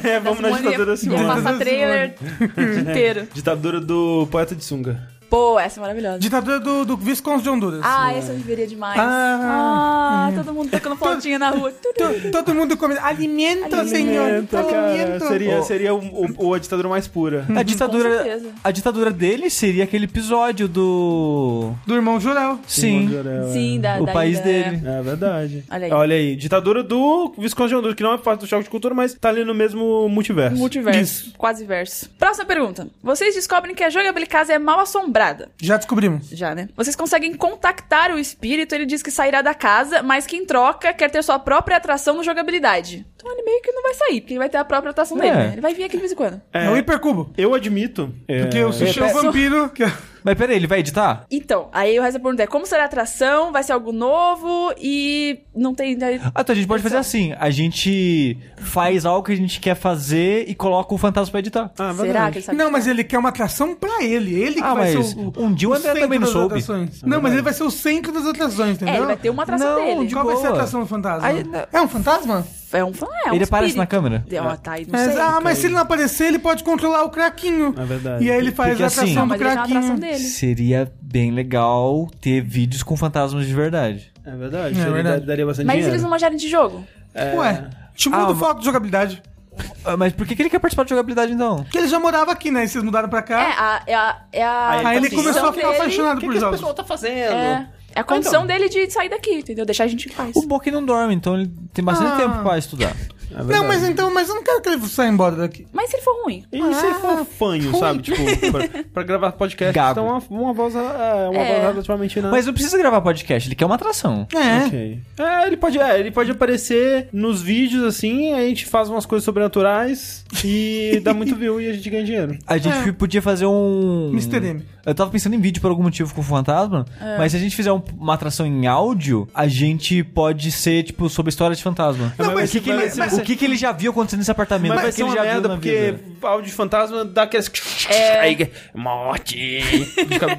É, vamos na ditadura da Ia, ia Simone. passar trailer o dia inteiro. Ditadura do poeta de sunga. Pô, essa é maravilhosa. Ditadura do, do Visconde de Honduras. Ah, essa eu viveria demais. Ah, Ah. todo mundo tocando fotinha na rua. To- Todo mundo comendo. Alimento, Alimento, senhor. cara, tá Alimento. seria Oh. seria o, o, o- a ditadura mais pura. A com ditadura, certeza. a ditadura dele seria aquele episódio do. Do irmão Jorel. Sim, Sim, da, o da país da- dele. É verdade. Olha aí. Ditadura do Visconde de Honduras, que não é parte do choque de cultura, mas tá ali no mesmo multiverso. Multiverso. Isso. Quase verso. Próxima pergunta. Vocês descobrem que a jogabilicasa é mal assombrada. Já descobrimos. Já, né? Vocês conseguem contactar o espírito, ele diz que sairá da casa, mas que em troca quer ter sua própria atração no jogabilidade. Então ele meio que não vai sair, porque ele vai ter a própria atração É. dele, né? Ele vai vir aqui de vez em quando. É, o hipercubo. Eu admito. Porque o sushi é É, o peço. vampiro. que- Mas peraí, ele vai editar? Então, aí o resto da pergunta é como será a atração, vai ser algo novo e não tem... né? Ah, então a gente pode fazer assim: a gente faz algo que a gente quer fazer e coloca o fantasma pra editar. Ah, será que ele sabe? Não, mas ele quer uma atração pra ele. Ele Então, que Ah, vai mas ser o, o, um dia o o André centro também não das soube. atrações. Não, mas ele vai ser o centro das atrações, entendeu? É, ele vai ter uma atração Não, dele. de Qual vai ser a boa. atração do fantasma? Aí, não- É um fantasma? É um fã, é um Ele aparece espírito. na câmera? É, ó, tá, aí não Mas- sei. ah, mas se ele não aparecer, ele pode controlar o craquinho. É verdade. E aí ele faz Porque a assim- atração Não, do mas ele já é uma craquinho. atração dele. Seria bem legal ter vídeos com fantasmas de verdade. É verdade. É seria- verdade. Daria bastante Mas dinheiro. eles não manjarem de jogo? Ué, te muda Ah, o foco de jogabilidade. Ah, Mas por que, que ele quer participar de jogabilidade então? Porque ele já morava aqui, né? E vocês mudaram pra É, cá. a, é a, é a Aí aí ele condição começou a ficar dele- apaixonado por Então. jogos. tá fazendo? É, é a condição dele de sair daqui, entendeu? Deixar a gente em paz. O Boki não dorme, então ele tem bastante Ah. tempo pra estudar. É Não, mas então, mas eu não quero que ele saia embora daqui. Mas se ele for ruim? E se ele Ah, for fanho, sabe? Tipo, pra, pra gravar podcast, Gago. então uma, uma voz, é, uma É. voz relativamente nada. Mas não precisa gravar podcast, ele quer uma atração. É. Ok. É, ele pode, é, ele pode aparecer nos vídeos assim, a gente faz umas coisas sobrenaturais (laughs) e dá muito view e a gente ganha dinheiro. A É. gente podia fazer um. Mr. M. Eu tava pensando em vídeo por algum motivo com o fantasma, É. mas se a gente fizer um- uma atração em áudio, a gente pode ser, tipo, sobre história de fantasma. Não, mas o que, que vai- ele, vai ser- o que, que ele já viu acontecendo nesse apartamento? Mas O vai que ser ele uma já viu merda, na porque vida? áudio de fantasma dá aquelas. É. Aí, (laughs) Morte!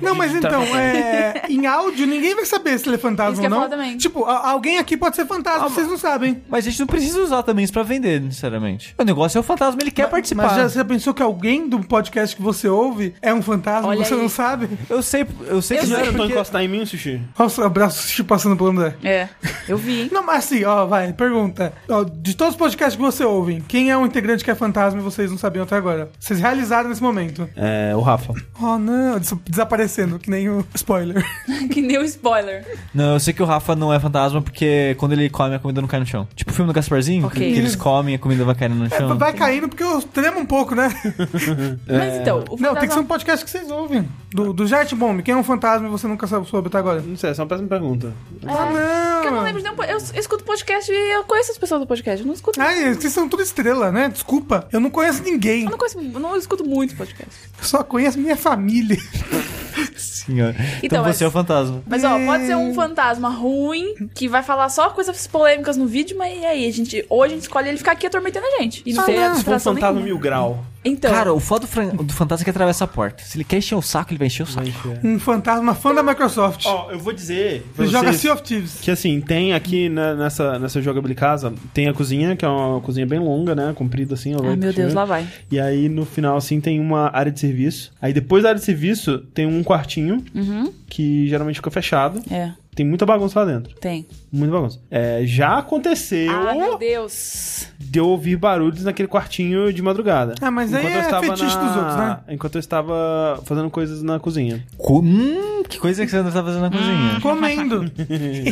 Não, mas Tá então, é, em áudio, ninguém vai saber se ele é Isso fantasma que eu ou ia não. falar também. Tipo, a- alguém aqui pode ser fantasma, Ah, vocês não sabem. Mas a gente não precisa usar também isso pra vender, necessariamente. O negócio é o fantasma, ele quer participar. Mas já, você pensou que alguém do podcast que você ouve é um fantasma, Olha você aí. não sabe? Eu sei, eu sei Eu que Não não era é o Tom porque... encostar em mim, Sushi? Olha o abraço Sushi passando pelo André. É, eu vi. hein? Não, mas assim, ó, vai, pergunta. Ó, de todos os podcasts que você ouve, quem é um integrante que é fantasma e vocês não sabiam até agora? Vocês realizaram nesse momento. É, o Rafa. Oh, não, des- desaparecendo, que nem o spoiler. (laughs) que nem o spoiler. Não, eu sei que o Rafa não é fantasma porque quando ele come a comida não cai no chão. Tipo o filme do Gasparzinho, Ok. que, que eles comem e a comida vai caindo no É, chão. vai caindo porque eu tremo um pouco, né? Mas então, o É. Não, tem que ser fantasma... um podcast que vocês ouvem. Do, do Jet Bomb. Quem é um fantasma e você nunca sabe- soube até agora? Não sei, essa é uma péssima pergunta. Ah, não! Porque eu não lembro de nenhum. po- Eu s- escuto podcast e eu conheço as pessoas do podcast. Eu não escuto. Ai, vocês são tudo estrela, né? Desculpa. Eu não conheço ninguém. Eu não conheço. eu não escuto muito podcast. Eu só conheço minha família. Senhora. Então, Então, mas- você é o fantasma. Mas ó, pode ser um fantasma ruim que vai falar só coisas polêmicas no vídeo, mas e aí? A gente, ou a gente escolhe ele ficar aqui atormentando a gente. E não Ah, tem a Se não, for um distração fantasma nenhuma. mil grau. Então. Cara, o foda do, fran- do fantasma é que atravessa a porta. Se ele quer encher o saco, ele vai encher o saco. Um fantasma fã da Microsoft. Ó, eu vou dizer. pra Ele joga vocês Sea of Thieves. Que assim, tem aqui na- nessa, nessa jogabilidade casa, tem a cozinha, que é uma cozinha bem longa, né? Comprida assim. Ah, meu Deus, lá vai. E aí no final, assim, tem uma área de serviço. Aí depois da área de serviço, tem um quartinho Uhum. que geralmente fica fechado. É, Tem muita bagunça lá dentro. tem. Muita bagunça. É, já aconteceu Ah, meu Deus. de eu ouvir barulhos naquele quartinho de madrugada. Ah, mas aí é fetiche dos outros, né? Enquanto eu estava fazendo coisas na cozinha. Co- Hum, que coisa que você não tá fazendo Hum. na cozinha. Comendo.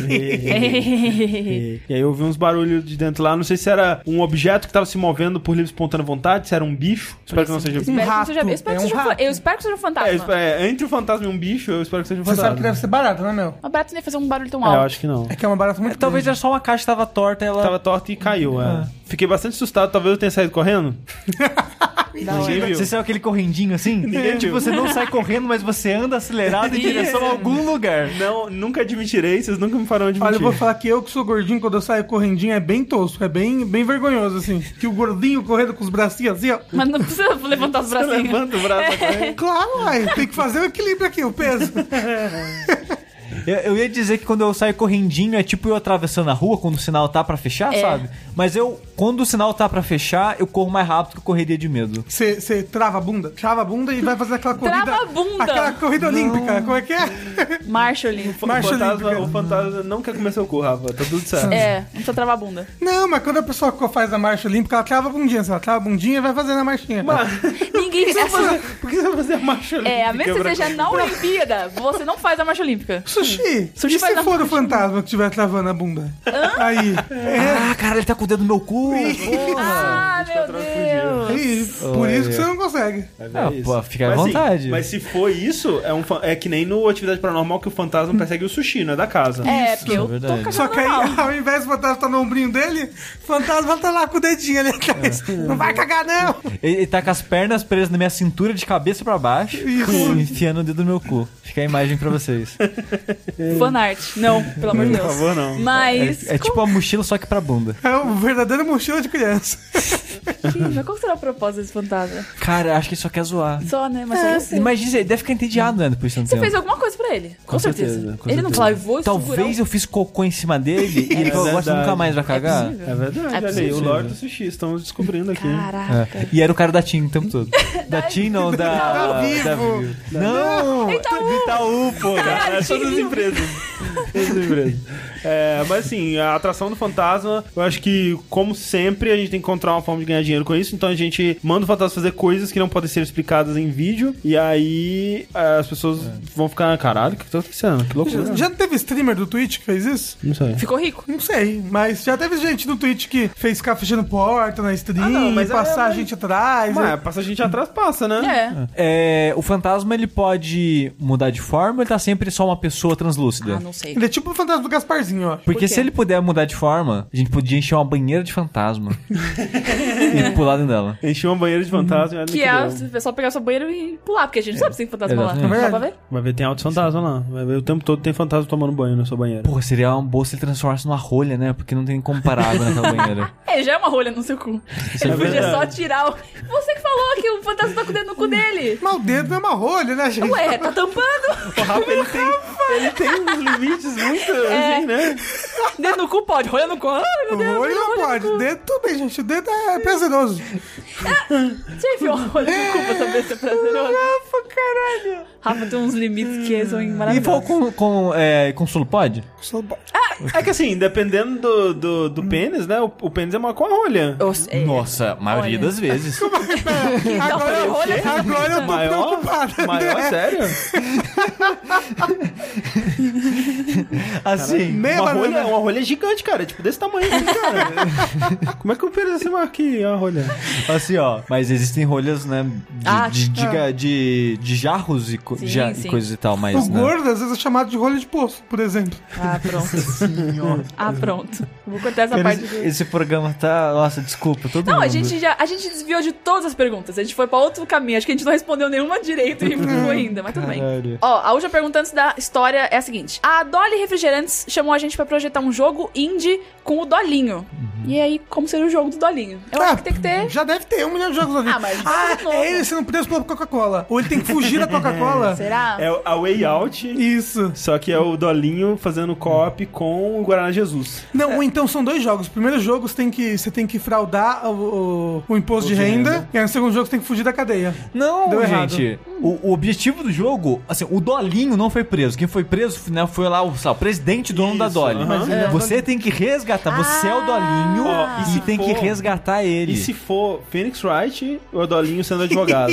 (laughs) (laughs) E aí eu ouvi uns barulhos de dentro lá. Não sei se era um objeto que tava se movendo por livre e espontânea vontade, se era um bicho. Espero que não seja. Espero que não rato. seja- eu espero É que um seja um fa- rato. Eu espero que seja um fantasma. É, eu espero- é, entre um fantasma e um bicho, eu espero que seja um Você fantasma. sabe que deve ser barato, né, Mel? Mas barato nem fazer um barulho tão É, eu alto. acho que não. É que é uma barata muito Talvez grande. era só uma caixa que tava torta e ela. Tava torta e caiu, é. Ah. Fiquei bastante assustado, talvez eu tenha saído (laughs) correndo. Da hora. Ninguém viu. Você saiu aquele (laughs) correndinho assim? Ninguém viu. tipo, você não sai correndo, mas você anda acelerado em Isso. direção a algum lugar. Não, nunca admitirei, vocês nunca me farão admitir. Olha, eu vou falar que eu que sou gordinho, quando eu saio correndinho, é bem tosco, é bem, bem vergonhoso, assim. Que o gordinho correndo com os bracinhos assim, ó. Mas não precisa levantar os (laughs) assim. Você bracinhos. levanta o braço (laughs) pra correr. Claro, uai, tem que fazer o equilíbrio aqui, o peso. Eu, eu ia dizer que quando eu saio correndinho é tipo eu atravessando a rua quando o sinal tá pra fechar, É. sabe? Mas eu, quando o sinal tá pra fechar, eu corro mais rápido que eu correria de medo. Você você trava a bunda, trava a bunda e vai fazer aquela corrida. Trava a bunda. Aquela corrida olímpica, como é que é? Marcha olímpica. O Marcha fantasma, olímpica. o fantasma não quer comer seu cu, Rafa. Tá tudo certo. É, não precisa travar a bunda. Não, mas quando a pessoa co- faz a marcha olímpica, ela trava a bundinha, assim, ela trava a bundinha e vai fazendo a marchinha. Ninguém precisa (laughs) fazer. (laughs) Por que você vai fazer a marcha É, a olímpica menos que pra- você seja na Olimpíada, você não faz a marcha olímpica. Sushi, Sushi e faz a se for o fantasma que estiver travando a bunda? Aí, Ah, cara, ele tá com o dedo no meu cu. Ah, meu Deus. é isso. Por isso que Olha. você não consegue. Ah, isso. pô, fica à Mas, assim, vontade. mas se for isso, é, um fa- é que nem no Atividade Paranormal que o fantasma persegue o sushi, não é da casa. É, porque eu tô verdade. cagando Só que aí, mal. ao invés do fantasma estar no ombrinho dele, o fantasma tá lá com o dedinho ali atrás. Não vai cagar, não! Ele, ele tá com as pernas presas na minha cintura de cabeça pra baixo Isso. e enfiando o dedo no meu cu. Fica a imagem pra vocês. É, Fanart. Não, pelo amor de Por Deus. favor, não. Mas. É, é tipo a mochila só que pra bunda. É um verdadeiro mochila de criança. como- mas qual será o propósito desse fantasma? Cara, acho que ele só quer zoar. Só, né? Mas só você. Imagina, ele deve ficar entediado, né, depois de tanto Você tempo. fez alguma coisa pra ele. Com, certeza. com Ele não certeza. fala, eu vou Talvez segurar um eu fiz cocô em cima dele e ele falou, agora você verdade. nunca mais o- vai É cagar. possível? É verdade, É olha aí, o possível. Lorde do Sushi, estamos descobrindo aqui. Caraca. É. E era o cara da TIM o tempo (laughs) todo. da TIM não, Da da... Tá Vivo. Da... Não! Então, Do Itaú, Tá pô, né? É todas as empresas. Todas as empresas. É, mas assim, a atração do fantasma, eu acho que, como sempre, a gente tem que encontrar uma forma de ganhar dinheiro com isso. Então a gente manda o fantasma fazer coisas que não podem ser explicadas em vídeo. E aí é, as pessoas vão ficar, caralho, o que tá acontecendo? Que loucura. Já não teve streamer do Twitch que fez isso? Não sei. ficou rico. Não sei, mas já teve gente no Twitch que fez ficar fechando porta na stream, Ah, não, mas é- passar a mas- gente atrás. é. Mas é, passa a gente atrás, passa, né? É. É, o fantasma, ele pode mudar de forma ou ele tá sempre só uma pessoa translúcida? Ah, não sei. Ele é tipo o fantasma do Gasparzinho, ó. Porque Por Tipo, quê? se ele puder mudar de forma, a gente podia encher uma banheira (laughs) de fantasma. e pular dentro dela. Encheu uma banheira de fantasma né, e olha no É. Que é deu. o pessoal pegar seu banheiro e pular, porque a gente não sabe se tem fantasma lá. Exatamente. Só pra ver? Vai ver, tem alto fantasma lá. Vai ver, o tempo todo tem fantasma tomando banho na sua banheira. Porra, seria uma boa se ele transformasse numa rolha, né? Porque não tem como parar água naquela banheira. É, já é uma rolha no seu cu. Ele podia só é verdade. tirar o. Você que falou que o fantasma tá com o dedo no cu dele. Mas o dedo é uma rolha, né, gente? Ué, tá tampando? O Rafa, ele tem, ele tem uns limites muito, É. assim, né? Dedo no cu pode, rolha no cu. Ai, Ah, meu Deus. Rolha não pode. Dedo tudo bem, gente. O dedo é prazeroso. Você enfiou uma rolha no cu pra saber se é prazeroso? Rafa, caralho. Rafa tem uns limites que são E for maravilhosos. com, com, é, com solopode? Só bo- Ah, É que assim, dependendo do, do, do pênis, né? O, o pênis é maior com a rolha. Eu sei. Nossa, a maioria É. Olha. (laughs) das vezes. Não, Agora, então rolha eu- agora eu tô né? É. Maior? (laughs) é (laughs) preocupado. Maior, sério? Assim. É, Meia uma, banana. rolha, uma rolha gigante, cara. Tipo, desse tamanho aqui, cara. (laughs) Como é que eu perdi esse aqui, a rolha? Assim, ó. Mas existem rolhas, né? De, Ah, de, de, tá. ga- de- de jarros e, co- Sim, ja- sim. e coisas e tal, mas. O né? gordo, às vezes, é chamado de rolha de poço, por exemplo. Ah, pronto. ah, pronto. Vou cortar essa parte Eles- do... Esse programa tá. Nossa, desculpa, todo Não, mundo. a gente já a gente desviou de todas as perguntas. A gente foi pra outro caminho. Acho que a gente não respondeu nenhuma direito e ficou ainda, mas tudo bem. Caralho. Ó, a última pergunta antes da história é a seguinte: A Dolly Refrigerantes chamou a gente pra projetar um jogo indie com o Dolinho. E aí, como seria o jogo do Dolinho? Eu Ah, acho que tem que ter. Já deve ter um milhão de jogos ali. É? Ah, mas ah de novo. é ele sendo preso pela Coca-Cola. Ou ele tem que (laughs) fugir da Coca-Cola. Será? É o- a Way Out, Isso. só que é o Dolinho fazendo co-op com o Guaraná Jesus. Não, ou então são dois jogos. O primeiro jogo você tem que, você tem que fraudar o, o- o imposto de renda, E aí no segundo jogo você tem que fugir (laughs) da cadeia. Não, Deu errado. Então, gente. O, o objetivo do jogo, assim, o Dolinho não foi preso. Quem foi preso né, foi lá o, sei lá, o presidente dono da Isso, Dolly. aham. Mas ele é Você tem que resgatar. Você é o Dolinho Ó, e e se tem que for- resgatar ele. E se for Phoenix Wright, o Dolinho sendo advogado.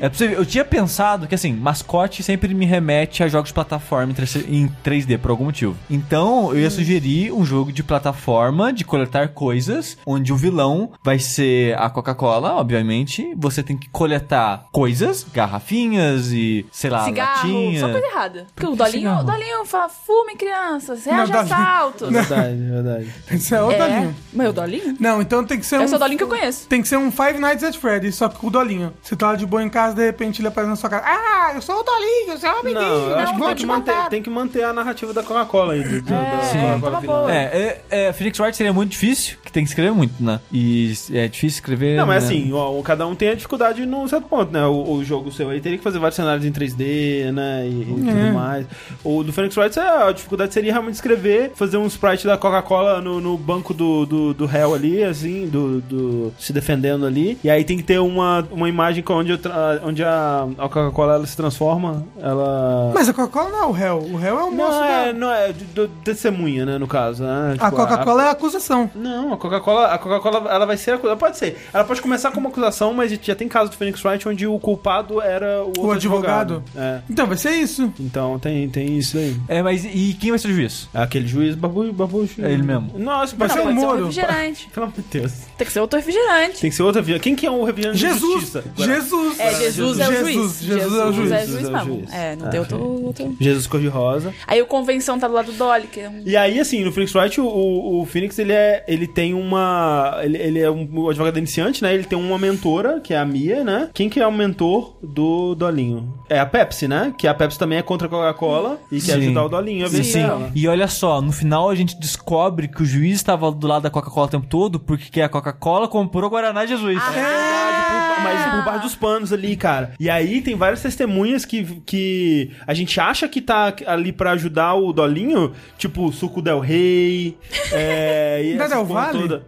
É possível. Eu tinha pensado que, assim, mascote sempre me remete a jogos de plataforma em 3D em 3D, por algum motivo. Então, Hum. eu ia sugerir um jogo de plataforma, de coletar coisas, onde o vilão vai ser a Coca-Cola, obviamente. Você tem que coletar coisas, garrafinhas e, sei lá, Cigarro, latinha. só coisa errada. Porque o que Dolinho, cigarro? o Dolinho fala, fume, crianças, reage a Dolinho- assaltos. (laughs) Verdade, verdade. Esse é o Dolinho. É. Meu, Dolinho? Não, então tem que ser um. Esse é o Dolinho que eu conheço. Tem que ser um Five Nights at Freddy's, só que com o Dolinho. Você tá lá de boa em casa, de repente ele aparece na sua casa. Ah, eu sou o Dolinho, você é um amiguinho. (laughs) Não, eu acho que vou tem te que, manter, matar. tem que manter a narrativa da Coca-Cola aí. Do, do, da Sim. Coca-Cola Tava vilã. boa. É, é, é, Phoenix Wright seria muito difícil, que tem que escrever muito, né? E é difícil escrever. Não, mas né? assim, ó, o- cada um tem a dificuldade num certo ponto, né? O, o jogo seu aí teria que fazer vários cenários em 3D, né? E, e tudo mais. O do Phoenix Wright, é, a dificuldade seria realmente escrever, fazer um sprite da Coca-Cola no, no banco do, do, do réu ali, assim, do, do- se defendendo ali. E aí tem que ter uma, uma imagem com onde, eu tra- onde a, a Coca-Cola ela se transforma, ela. Mas a Coca-Cola não é o réu. O réu é o moço não, é, da. não é do- do- testemunha, né? No caso, né? Tipo, A Coca-Cola é a acusação. não, a Coca-Cola, a Coca-Cola, ela vai ser acusada. Pode ser. Ela pode começar como acusação, mas já tem caso do Phoenix Wright onde o culpado era o, outro advogado. É. Então vai ser isso. Então tem, tem isso aí. É, mas e quem vai ser o juiz? Aquele juiz babu, babucho. É ele mesmo. Nossa, pode ser Não, pode ser um um Moro. refrigerante. Pelo amor de Deus. Tem que ser outro refrigerante. Tem que ser outra via. Quem que é o reviante de Jesus! justiça? Agora- Jesus! É, Jesus, é o juiz. Jesus, Jesus é o juiz. é Jesus é o mesmo. juiz. É, não Ah, tem outro, outro- Jesus cor-de-rosa. Aí o Convenção tá do lado do Dolly, que é um... E aí, assim, no Phoenix Wright, o, o, o Phoenix, ele é, ele tem uma, ele, ele é um advogado iniciante, né? Ele tem uma mentora, que é a Mia, né? Quem que é o mentor do Dolinho? É a Pepsi, né? Que a Pepsi também é contra a Coca-Cola e quer Sim. ajudar o Dolinho a Sim, vencer sim. ela. E olha só, no final a gente descobre que o juiz estava do lado da Coca-Cola o tempo todo porque é a Coca-Cola comprou o Guaraná Jesus. Ah. Verdade, por- mas por baixo dos panos ali, cara. E aí tem várias testemunhas que, que a gente acha que tá ali pra ajudar o Dolinho, tipo Suco Del Rei. É, e Da essas Del porra Valle? toda.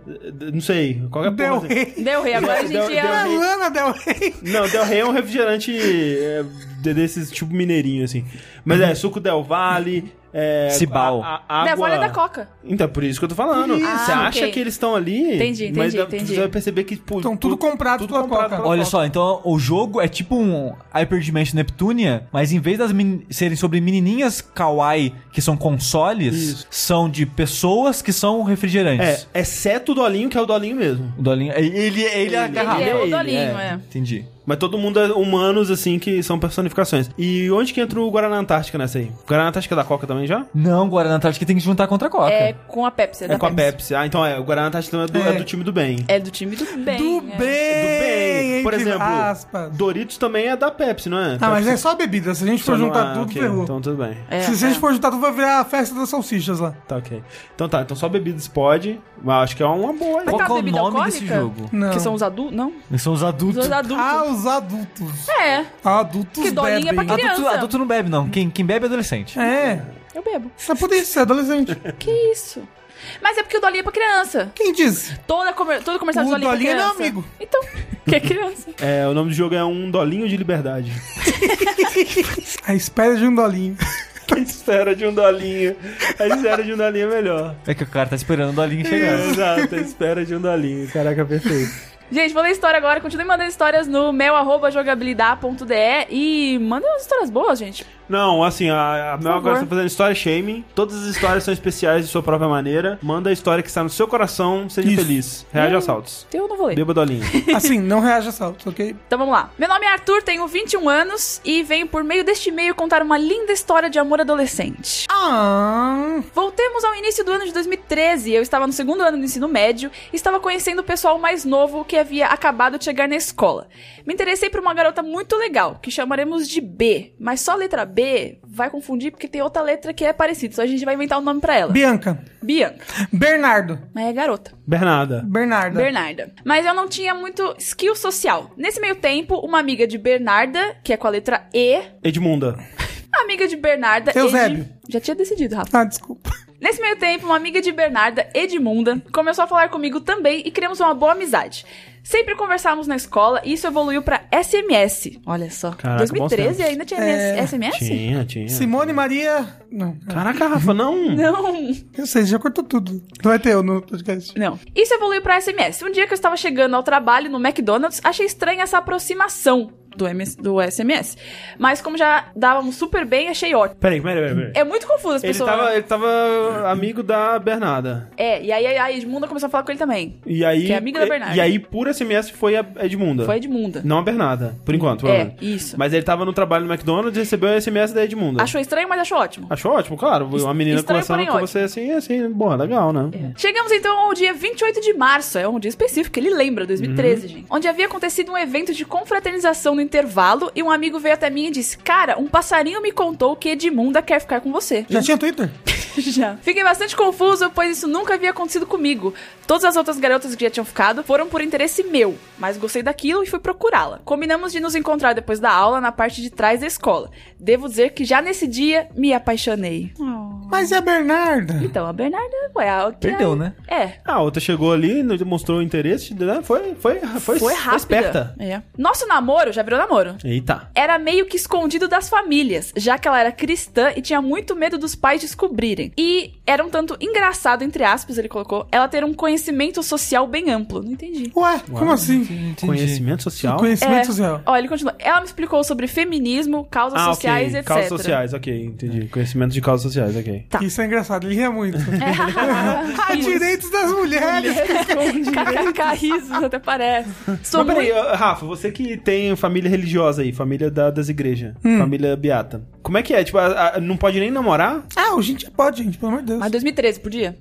Não sei, qualquer Del porra. assim. Rey. Del Rey, agora a gente é Del- ia... Del Ah, Rey. Lana Del Rey. Não, Del Rey é um refrigerante é, de- desses tipo mineirinho, assim. Mas Uhum. é suco Del Valle. É, Cibal. a- a- Del água... Valle é da Coca. Então, é por isso que eu tô falando. Isso. Você Ah, acha ok. que eles estão ali. Entendi, mas entendi, dá- entendi. Você vai perceber que. Pô, Então, tudo comprado pela Coca. pela Olha só, então o jogo é tipo um Hyper Dimension Neptunia, mas em vez das men- serem sobre menininhas kawaii que são consoles, Isso. são de pessoas que são refrigerantes. É, exceto o Dolinho, que é o Dolinho mesmo. O Dolinho, ele, ele, ele é a garrafa. é o Ele, Dolinho, é. Entendi. Mas todo mundo é humanos, assim, que são personificações. E onde que entra o Guaraná Antártica nessa aí? O Guaraná Antártica é da Coca também já? Não, Guaraná Antártica tem que se juntar contra a Coca. É com a Pepsi, é, É da com a Pepsi. Pepsi. Ah, então é. O Guaraná Antártica é do, é do time do bem. É do time do bem. Do é. bem, Do bem. Por entre exemplo, aspas. Doritos também é da Pepsi, não é? Ah, mas é só bebida. Se a gente for juntar tudo, ferrou. Então tudo bem. É, se, se a é. gente for juntar tudo, vai virar a festa das salsichas lá. Tá ok. Então tá, então só bebidas pode. Mas acho que é uma boa. Mas Qual tá que é o bebida nome alcoólica? desse jogo? Não. Que são os adultos? Não? São os adultos. Os adultos. Ah, os adultos. Ah, É, Adultos Que dolinha bebem. pra criança. Adulto, adulto não bebe, não. Quem, quem bebe é adolescente. É. eu bebo. Isso é por isso, você é adolescente. Que isso? Mas é porque o Dolinho é pra criança. Quem disse? Toda comer- todo comercial de O Dolinho, Dolinho é é pra meu criança. amigo. Então, (laughs) que é criança. É, o nome do jogo é Um Dolinho de (laughs) Liberdade. A espera de um dolinho. A espera de um dolinho. A espera de um dolinho é melhor. É que o cara tá esperando o Dolinho chegar. Exato, a espera de um dolinho. Caraca, perfeito. Gente, vou ler história agora. Continue mandando histórias no mel.jogabilidade.de e mandem umas histórias boas, gente. Não, assim, a, a Mel favor. agora está fazendo história shaming. Todas as histórias são especiais de sua própria maneira. Manda a história que está no seu coração, seja Isso. feliz. Hum. Reage a assaltos. Eu não vou ler. Bêbado a linha. Assim, não reaja a saltos, ok? Então vamos lá. Meu nome é Arthur, tenho 21 anos e venho por meio deste e-mail contar uma linda história de amor adolescente. Ah, Voltemos ao início do ano de 2013. Eu estava no segundo ano do ensino médio e estava conhecendo o pessoal mais novo que havia acabado de chegar na escola. Me interessei por uma garota muito legal, que chamaremos de B, mas só a letra B vai confundir porque tem outra letra que é parecida, só a gente vai inventar um nome pra ela. Bianca. Bianca. Bernardo. Mas é garota. Bernarda. Bernarda. Bernarda. Mas eu não tinha muito skill social. Nesse meio tempo, uma amiga de Bernarda, que é com a letra E, Edmunda. a amiga de Bernarda. Edi- Eusébio. Já tinha decidido, Rafa. ah, desculpa. Nesse meio tempo, uma amiga de Bernarda, Edmunda, começou a falar comigo também e criamos uma boa amizade. Sempre conversávamos na escola e isso evoluiu pra SMS. Olha só. Caraca, bons 2013 tempos. ainda tinha É. SMS? Tinha, tinha. Simone Maria. Não, Caraca, Rafa, não. Não. eu sei, já cortou tudo. Não vai ter eu no podcast. Não. Isso evoluiu pra SMS. Um dia que eu estava chegando ao trabalho no McDonald's, achei estranha essa aproximação do, MS do SMS. Mas como já dávamos super bem, achei ótimo. Peraí, peraí, peraí. peraí. É muito confuso as Ele pessoas. tava, ele tava amigo da Bernarda. É, e aí a Edmunda começou a falar com ele também. E aí. Que é amiga da e- Bernarda. E aí, por SMS, foi a Edmunda. Foi a Edmunda. Não a Bernarda, por enquanto. pelo é, menos. isso. Mas ele tava no trabalho no McDonald's e recebeu a SMS da Edmunda. Achou estranho, mas achou ótimo. Achou ótimo, claro. Uma menina estranho, conversando porém com ótimo. você assim, assim, boa, legal, né? Chegamos então ao dia 28 de março, é um dia específico, que ele lembra, 2013, gente. Onde havia acontecido um evento de confraternização no intervalo e um amigo veio até mim e disse: Cara, um passarinho me contou que Edmunda quer ficar com (laughs) você. Já tinha Twitter? Já. Fiquei bastante confuso, pois isso nunca havia acontecido comigo. Todas as outras garotas que já tinham ficado foram por interesse meu, mas gostei daquilo e fui procurá-la. Combinamos de nos encontrar depois da aula na parte de trás da escola. Devo dizer que já nesse dia me apaixonei. Mas é a Bernarda. Então, a Bernarda, ué, a outra- Perdeu, né? É, Ah, a outra chegou ali, não demonstrou interesse, né? Foi, foi, foi, Foi rápida. esperta. É. Nosso namoro já virou namoro. Eita. Era meio que escondido das famílias, já que ela era cristã e tinha muito medo dos pais descobrirem. E era um tanto engraçado, entre aspas, ele colocou, ela ter um conhecimento social bem amplo. Não entendi. Ué, como assim? Entendi. Conhecimento social? Conhecimento É. social. Ó, ele continua. Ela me explicou sobre feminismo, causas Ah, sociais, ok. etc. (laughs) Causas sociais, ok, entendi. Conhecimento de causas sociais, ok. Tá. Isso é engraçado, ele (laughs) ria muito. Ah, (laughs) (laughs) Ah, direitos das mulheres. KKK, risos, até parece. Sou Mas peraí, muito... ó, Rafa, você que tem família religiosa aí, família da- das igrejas, Hum. família beata. Como é que é? Tipo, a- a- não pode nem namorar? Ah, hoje a gente pode, gente, pelo amor de Deus. Mas 2013, podia?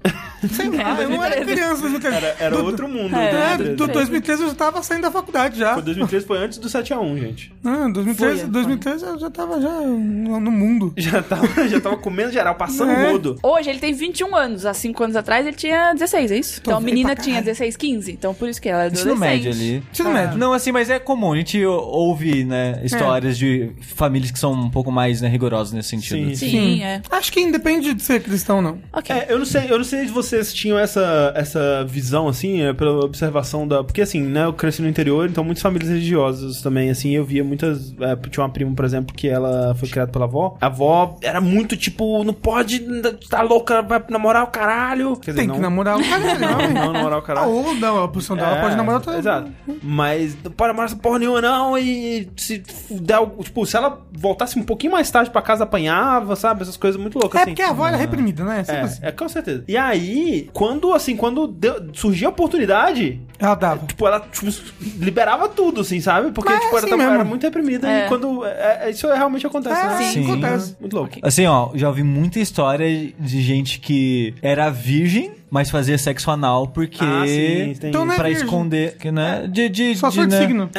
Sei lá, eu não era criança em 2013. Era, era do, outro mundo. É, É, né? do, do 2013 eu já tava saindo da faculdade já. Foi 2013 foi antes do 7x1, gente. Ah, 2013, Foi, 2013 eu já tava já no no mundo. Já tava, (laughs) já tava comendo geral, passando É. rodo. Hoje ele tem 21 anos. Há 5 anos atrás ele tinha 16, é isso? então a velho menina pra tinha caralho. 16, 15. Então por isso que ela é adolescente. Ensino médio ali. Ensino médio. Não, assim, mas é comum. A gente ou- ouve, né, histórias de famílias que são um pouco mais né, rigorosas nesse sentido. Sim. Sim, é. Acho que independe de ser cristão, não. Ok. É, eu não sei, eu não sei se vocês tinham essa, essa visão, assim, é, pela observação da. Porque assim, né, eu cresci no interior, então muitas famílias religiosas também, assim, eu via muitas. é, tinha uma prima, por exemplo, que ela foi criada pela avó. A avó era muito tipo, não pode, tá louca, vai namorar o caralho. Quer dizer, Tem não, (laughs) que namorar o caralho, não, não. não namorar o caralho. Ou não, a posição dela É, pode namorar outra. Exato. Mas não pode namorar essa porra nenhuma, não. E se der. o- Tipo, se ela voltasse um pouquinho mais tarde pra casa, apanhava, sabe? Essas coisas muito loucas. É assim. porque a avó era reprimida, né? Sempre assim. É, é, com certeza. E aí, quando, assim, quando deu- surgiu a oportunidade, Ela dava. tipo, ela tipo, liberava tudo, assim, sabe? Porque, Mas é tipo, ela assim tava- mesmo. era muito reprimida. É. Ah, E quando... é- é- isso realmente acontece, É, né? Sim. acontece. Muito louco. Assim, ó, já ouvi muita história de gente que era virgem, mas fazia sexo anal porque. Ah, sim, tem Então, isso. né? Pra virgem. É. esconder, que, né? De, de, Só de, sou de né? signo.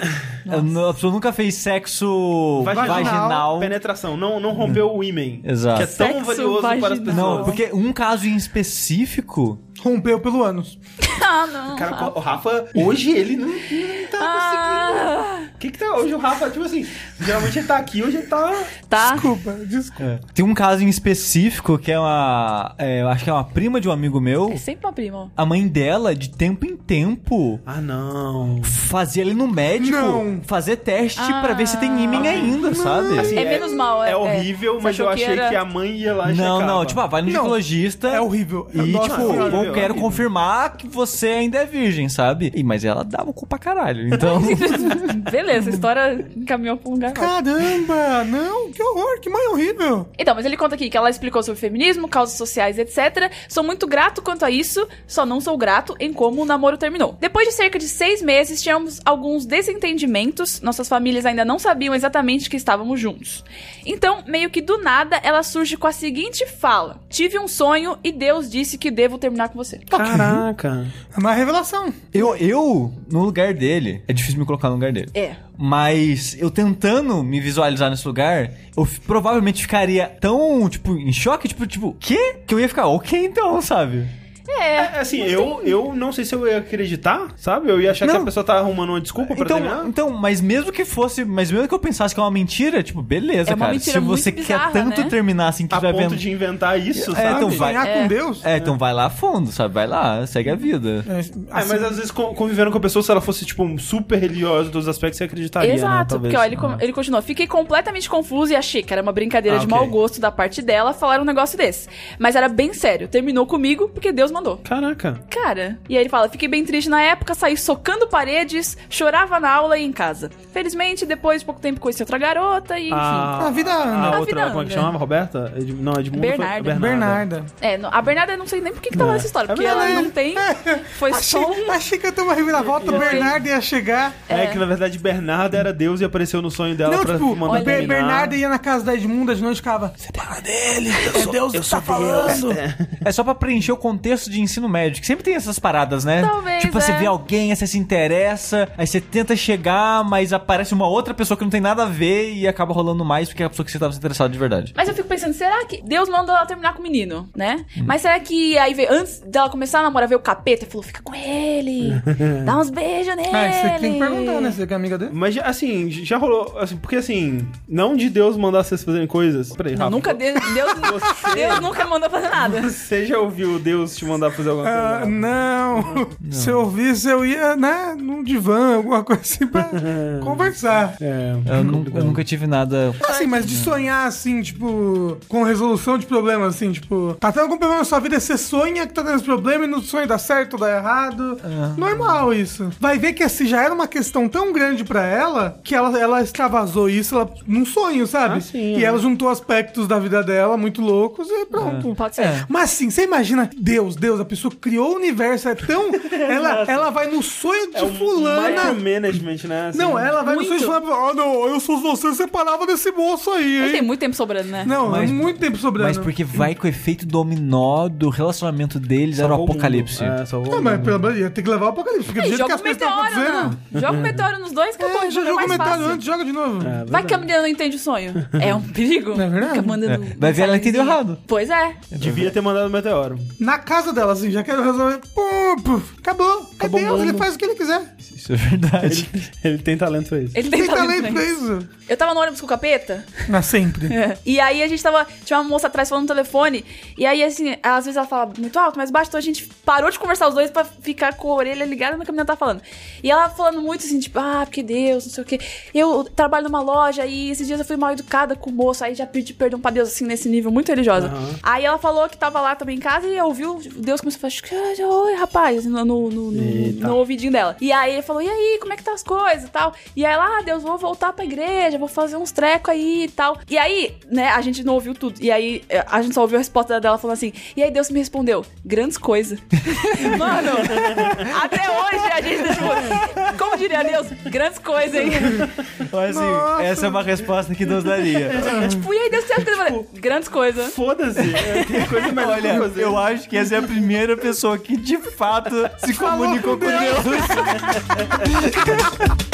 Eu nu- A pessoa nunca fez sexo Vaginal. vaginal. Penetração. Não, não rompeu o ímen. Exato. Que é tão Sexo valioso para as vaginal. pessoas. Não, porque um caso em específico. Rompeu pelo ânus. Ah, não. Cara, o Rafa, hoje ele não, não tá conseguindo. Ah, O que que tá hoje o Rafa, tipo assim, geralmente ele tá aqui, hoje ele tá... tá? Desculpa, desculpa. Tem um caso em específico que é uma. é, eu acho que é uma prima de um amigo meu. É sempre uma prima. A mãe dela, de tempo em tempo, Ah, não. fazia ele no médico Não. fazer teste Ah. pra ver se tem iming ainda, sabe? Assim, É menos mal, é- É horrível, é. mas Você eu achou que achei era- que a mãe ia lá e não, checava. não, tipo, ah, vai no Não. ginecologista. É horrível. E, Nossa, tipo, é horrível, eu é quero horrível. confirmar que você ainda é virgem, sabe? E, mas ela dava o cu pra caralho. Então. (laughs) Beleza, a história encaminhou pra um lugar. ótimo. Caramba, não, que horror, que mãe horrível. Então, mas ele conta aqui que ela explicou sobre feminismo, causas sociais, etc. Sou muito grato quanto a isso, só não sou grato em como o namoro terminou. Depois de cerca de seis meses, tínhamos alguns desentendimentos, nossas famílias ainda não sabiam exatamente que estávamos juntos. Então, meio que do nada, ela surge com a seguinte fala: Tive um sonho e Deus disse que devo terminar com você. ah, Caraca. É uma revelação. eu, eu, no lugar dele. É difícil me colocar no lugar dele. É. Mas eu tentando me visualizar nesse lugar, eu f- provavelmente ficaria tão, tipo, em choque, tipo, tipo, quê? Que eu ia ficar, ok então, sabe? É. É, assim, eu, eu não sei se eu ia acreditar, sabe? Eu ia achar que Não. a pessoa tá arrumando uma desculpa pra Então, terminar. então, mas mesmo que fosse, mas mesmo que eu pensasse que é uma mentira, tipo, beleza, É uma cara. mentira se muito você bizarra, quer tanto né? terminar assim que A vai ponto vendo. de inventar isso, É, sabe? então vai. Sonhar com Deus. É, então vai lá a fundo, sabe? Vai lá, segue a vida. É, Ah, mas às vezes con- convivendo com a pessoa, se ela fosse, tipo, um super religiosa em todos os aspectos, você acreditaria, né? Exato, Talvez. porque ó, ele, com- É. ele continua. Fiquei completamente confuso e achei que era uma brincadeira Ah, de ok. mau gosto da parte dela falar um negócio desse. Mas era bem sério. Terminou comigo porque Deus mandou. Caraca. Cara, e aí ele fala: fiquei bem triste na época, saí socando paredes, chorava na aula e em casa. Felizmente, depois, pouco tempo, conheci outra garota e enfim. Ah. A vida anda. A A outra, vida como é que anda. chamava? Roberta? Ed- Não, Edmundo. foi- Bernarda. Bernarda. É, no- a Bernarda, eu não sei nem por que, que tá lá nessa história, É porque ela verdade. não (laughs) tem. Foi só É. Achei, um. achei que eu tenho uma reviravolta, o Bernardo ia chegar. É. que na verdade Bernarda era Deus e apareceu no sonho dela não, pra tipo, mandar o Ber terminar. Bernardo ia na casa da Edmunda de noite e ficava. Separa dele, é Deus que tá falando. É só pra preencher o contexto de ensino médio, que sempre tem essas paradas, né? Talvez, tipo, você é. vê alguém, aí você se interessa, aí você tenta chegar, mas aparece uma outra pessoa que não tem nada a ver e acaba rolando mais porque é a pessoa que você tava se interessado de verdade. Mas eu fico pensando, será que Deus mandou ela terminar com o menino, né? Mas será que aí veio, antes dela começar a namorar, veio o capeta e falou: fica com (laughs) ele, dá uns beijos nele. Ah, você tem que perguntar, né? Você que é amiga dele? Mas assim, já rolou. assim, porque assim, não de Deus mandar vocês fazerem coisas. Peraí, Não, Rafa, nunca de- (laughs) Deus, Deus nunca mandou fazer nada. Você já ouviu Deus te mandar fazer alguma Ah, coisa? não. Se eu ouvisse, eu ia, né, num divã, alguma coisa assim (laughs) pra conversar. É, Eu, nu- eu nunca tive nada. Assim, mas de Uhum. sonhar, assim, tipo, com resolução de problemas, assim, tipo, tá tendo algum problema na sua vida, você sonha que tá tendo esse problema e no sonho dá certo, dá errado. Uhum. Normal isso. Vai ver que assim, já era uma questão tão grande pra ela que ela, ela extravasou isso ela, num sonho, sabe? Ah, sim, e é. ela juntou aspectos da vida dela muito loucos e pronto. Hum, Pode ser. É. Mas assim, você imagina, Deus, Deus, a pessoa criou o universo, (laughs) é tão. ela, ela vai no sonho de É um fulana. micromanagement, né? assim. Ah, não, ela vai no Muito. sonho de fulana. Ah, não, eu sou você, separava desse moço aí, Ele hein? tem muito tempo sobrando, né? Não, Mas- é muito tempo sobrando. Mas porque vai com o efeito dominó do relacionamento deles, era o Salvou mundo. apocalipse. É, salvou Ah, o mas mundo. pelo menos ia ter que levar o apocalipse, porque do Ei, jeito que joga as um coisas estão meteoro, acontecendo. não. Joga um meteoro nos dois que acabou. É, já joga joga o mais meteoro fácil. antes, joga de novo. É, Vai que a menina não entende o sonho. É um perigo. É verdade. Fica mandando É. Vai ver, ela entendeu errado. Pois é. Devia ter mandado o meteoro. Na casa dela, assim, já quero resolver. Pum, pum, acabou. É Acabou Deus, o mundo. ele faz o que ele quiser. Isso é verdade. Ele, (laughs) ele tem talento pra isso. Ele tem, Tem talento talento pra né? isso. Eu tava no ônibus com o capeta. Na sempre. (laughs) E aí a gente tava. Tinha uma moça atrás falando no telefone. E aí, assim, às vezes ela fala muito alto, mais baixo. Então a gente parou de conversar os dois pra ficar com a orelha ligada no que a menina tá falando. E ela falando muito assim, tipo, ah, porque Deus, não sei o quê. Eu trabalho numa loja e esses dias eu fui mal educada com o moço. Aí já pedi perdão pra Deus, assim, nesse nível muito religiosa. Aí ela falou que tava lá também em casa e ouviu. Deus começou a falar, "Ah, oi, rapaz, no, no, no- no- Eita. no ouvidinho dela. E aí ele falou, e aí, como é que tá as coisas e tal? E aí ela, ah, Deus, vou voltar pra igreja, vou fazer uns trecos aí e tal. E aí, né, a gente não ouviu tudo. E aí, eh, a gente só ouviu a resposta dela falando assim, e aí Deus me respondeu, grandes coisas. Mano, até hoje a gente, tipo, como diria Deus, grandes coisas, hein? Mas, assim, Nossa. essa é uma resposta que Deus daria. tipo, e aí Deus, você acha que ele falou, grandes coisas. Foda-se. é, Tem coisa melhor Olha, pra fazer. eu acho que essa é a primeira pessoa que de fato se Falou comunicou com com Deus.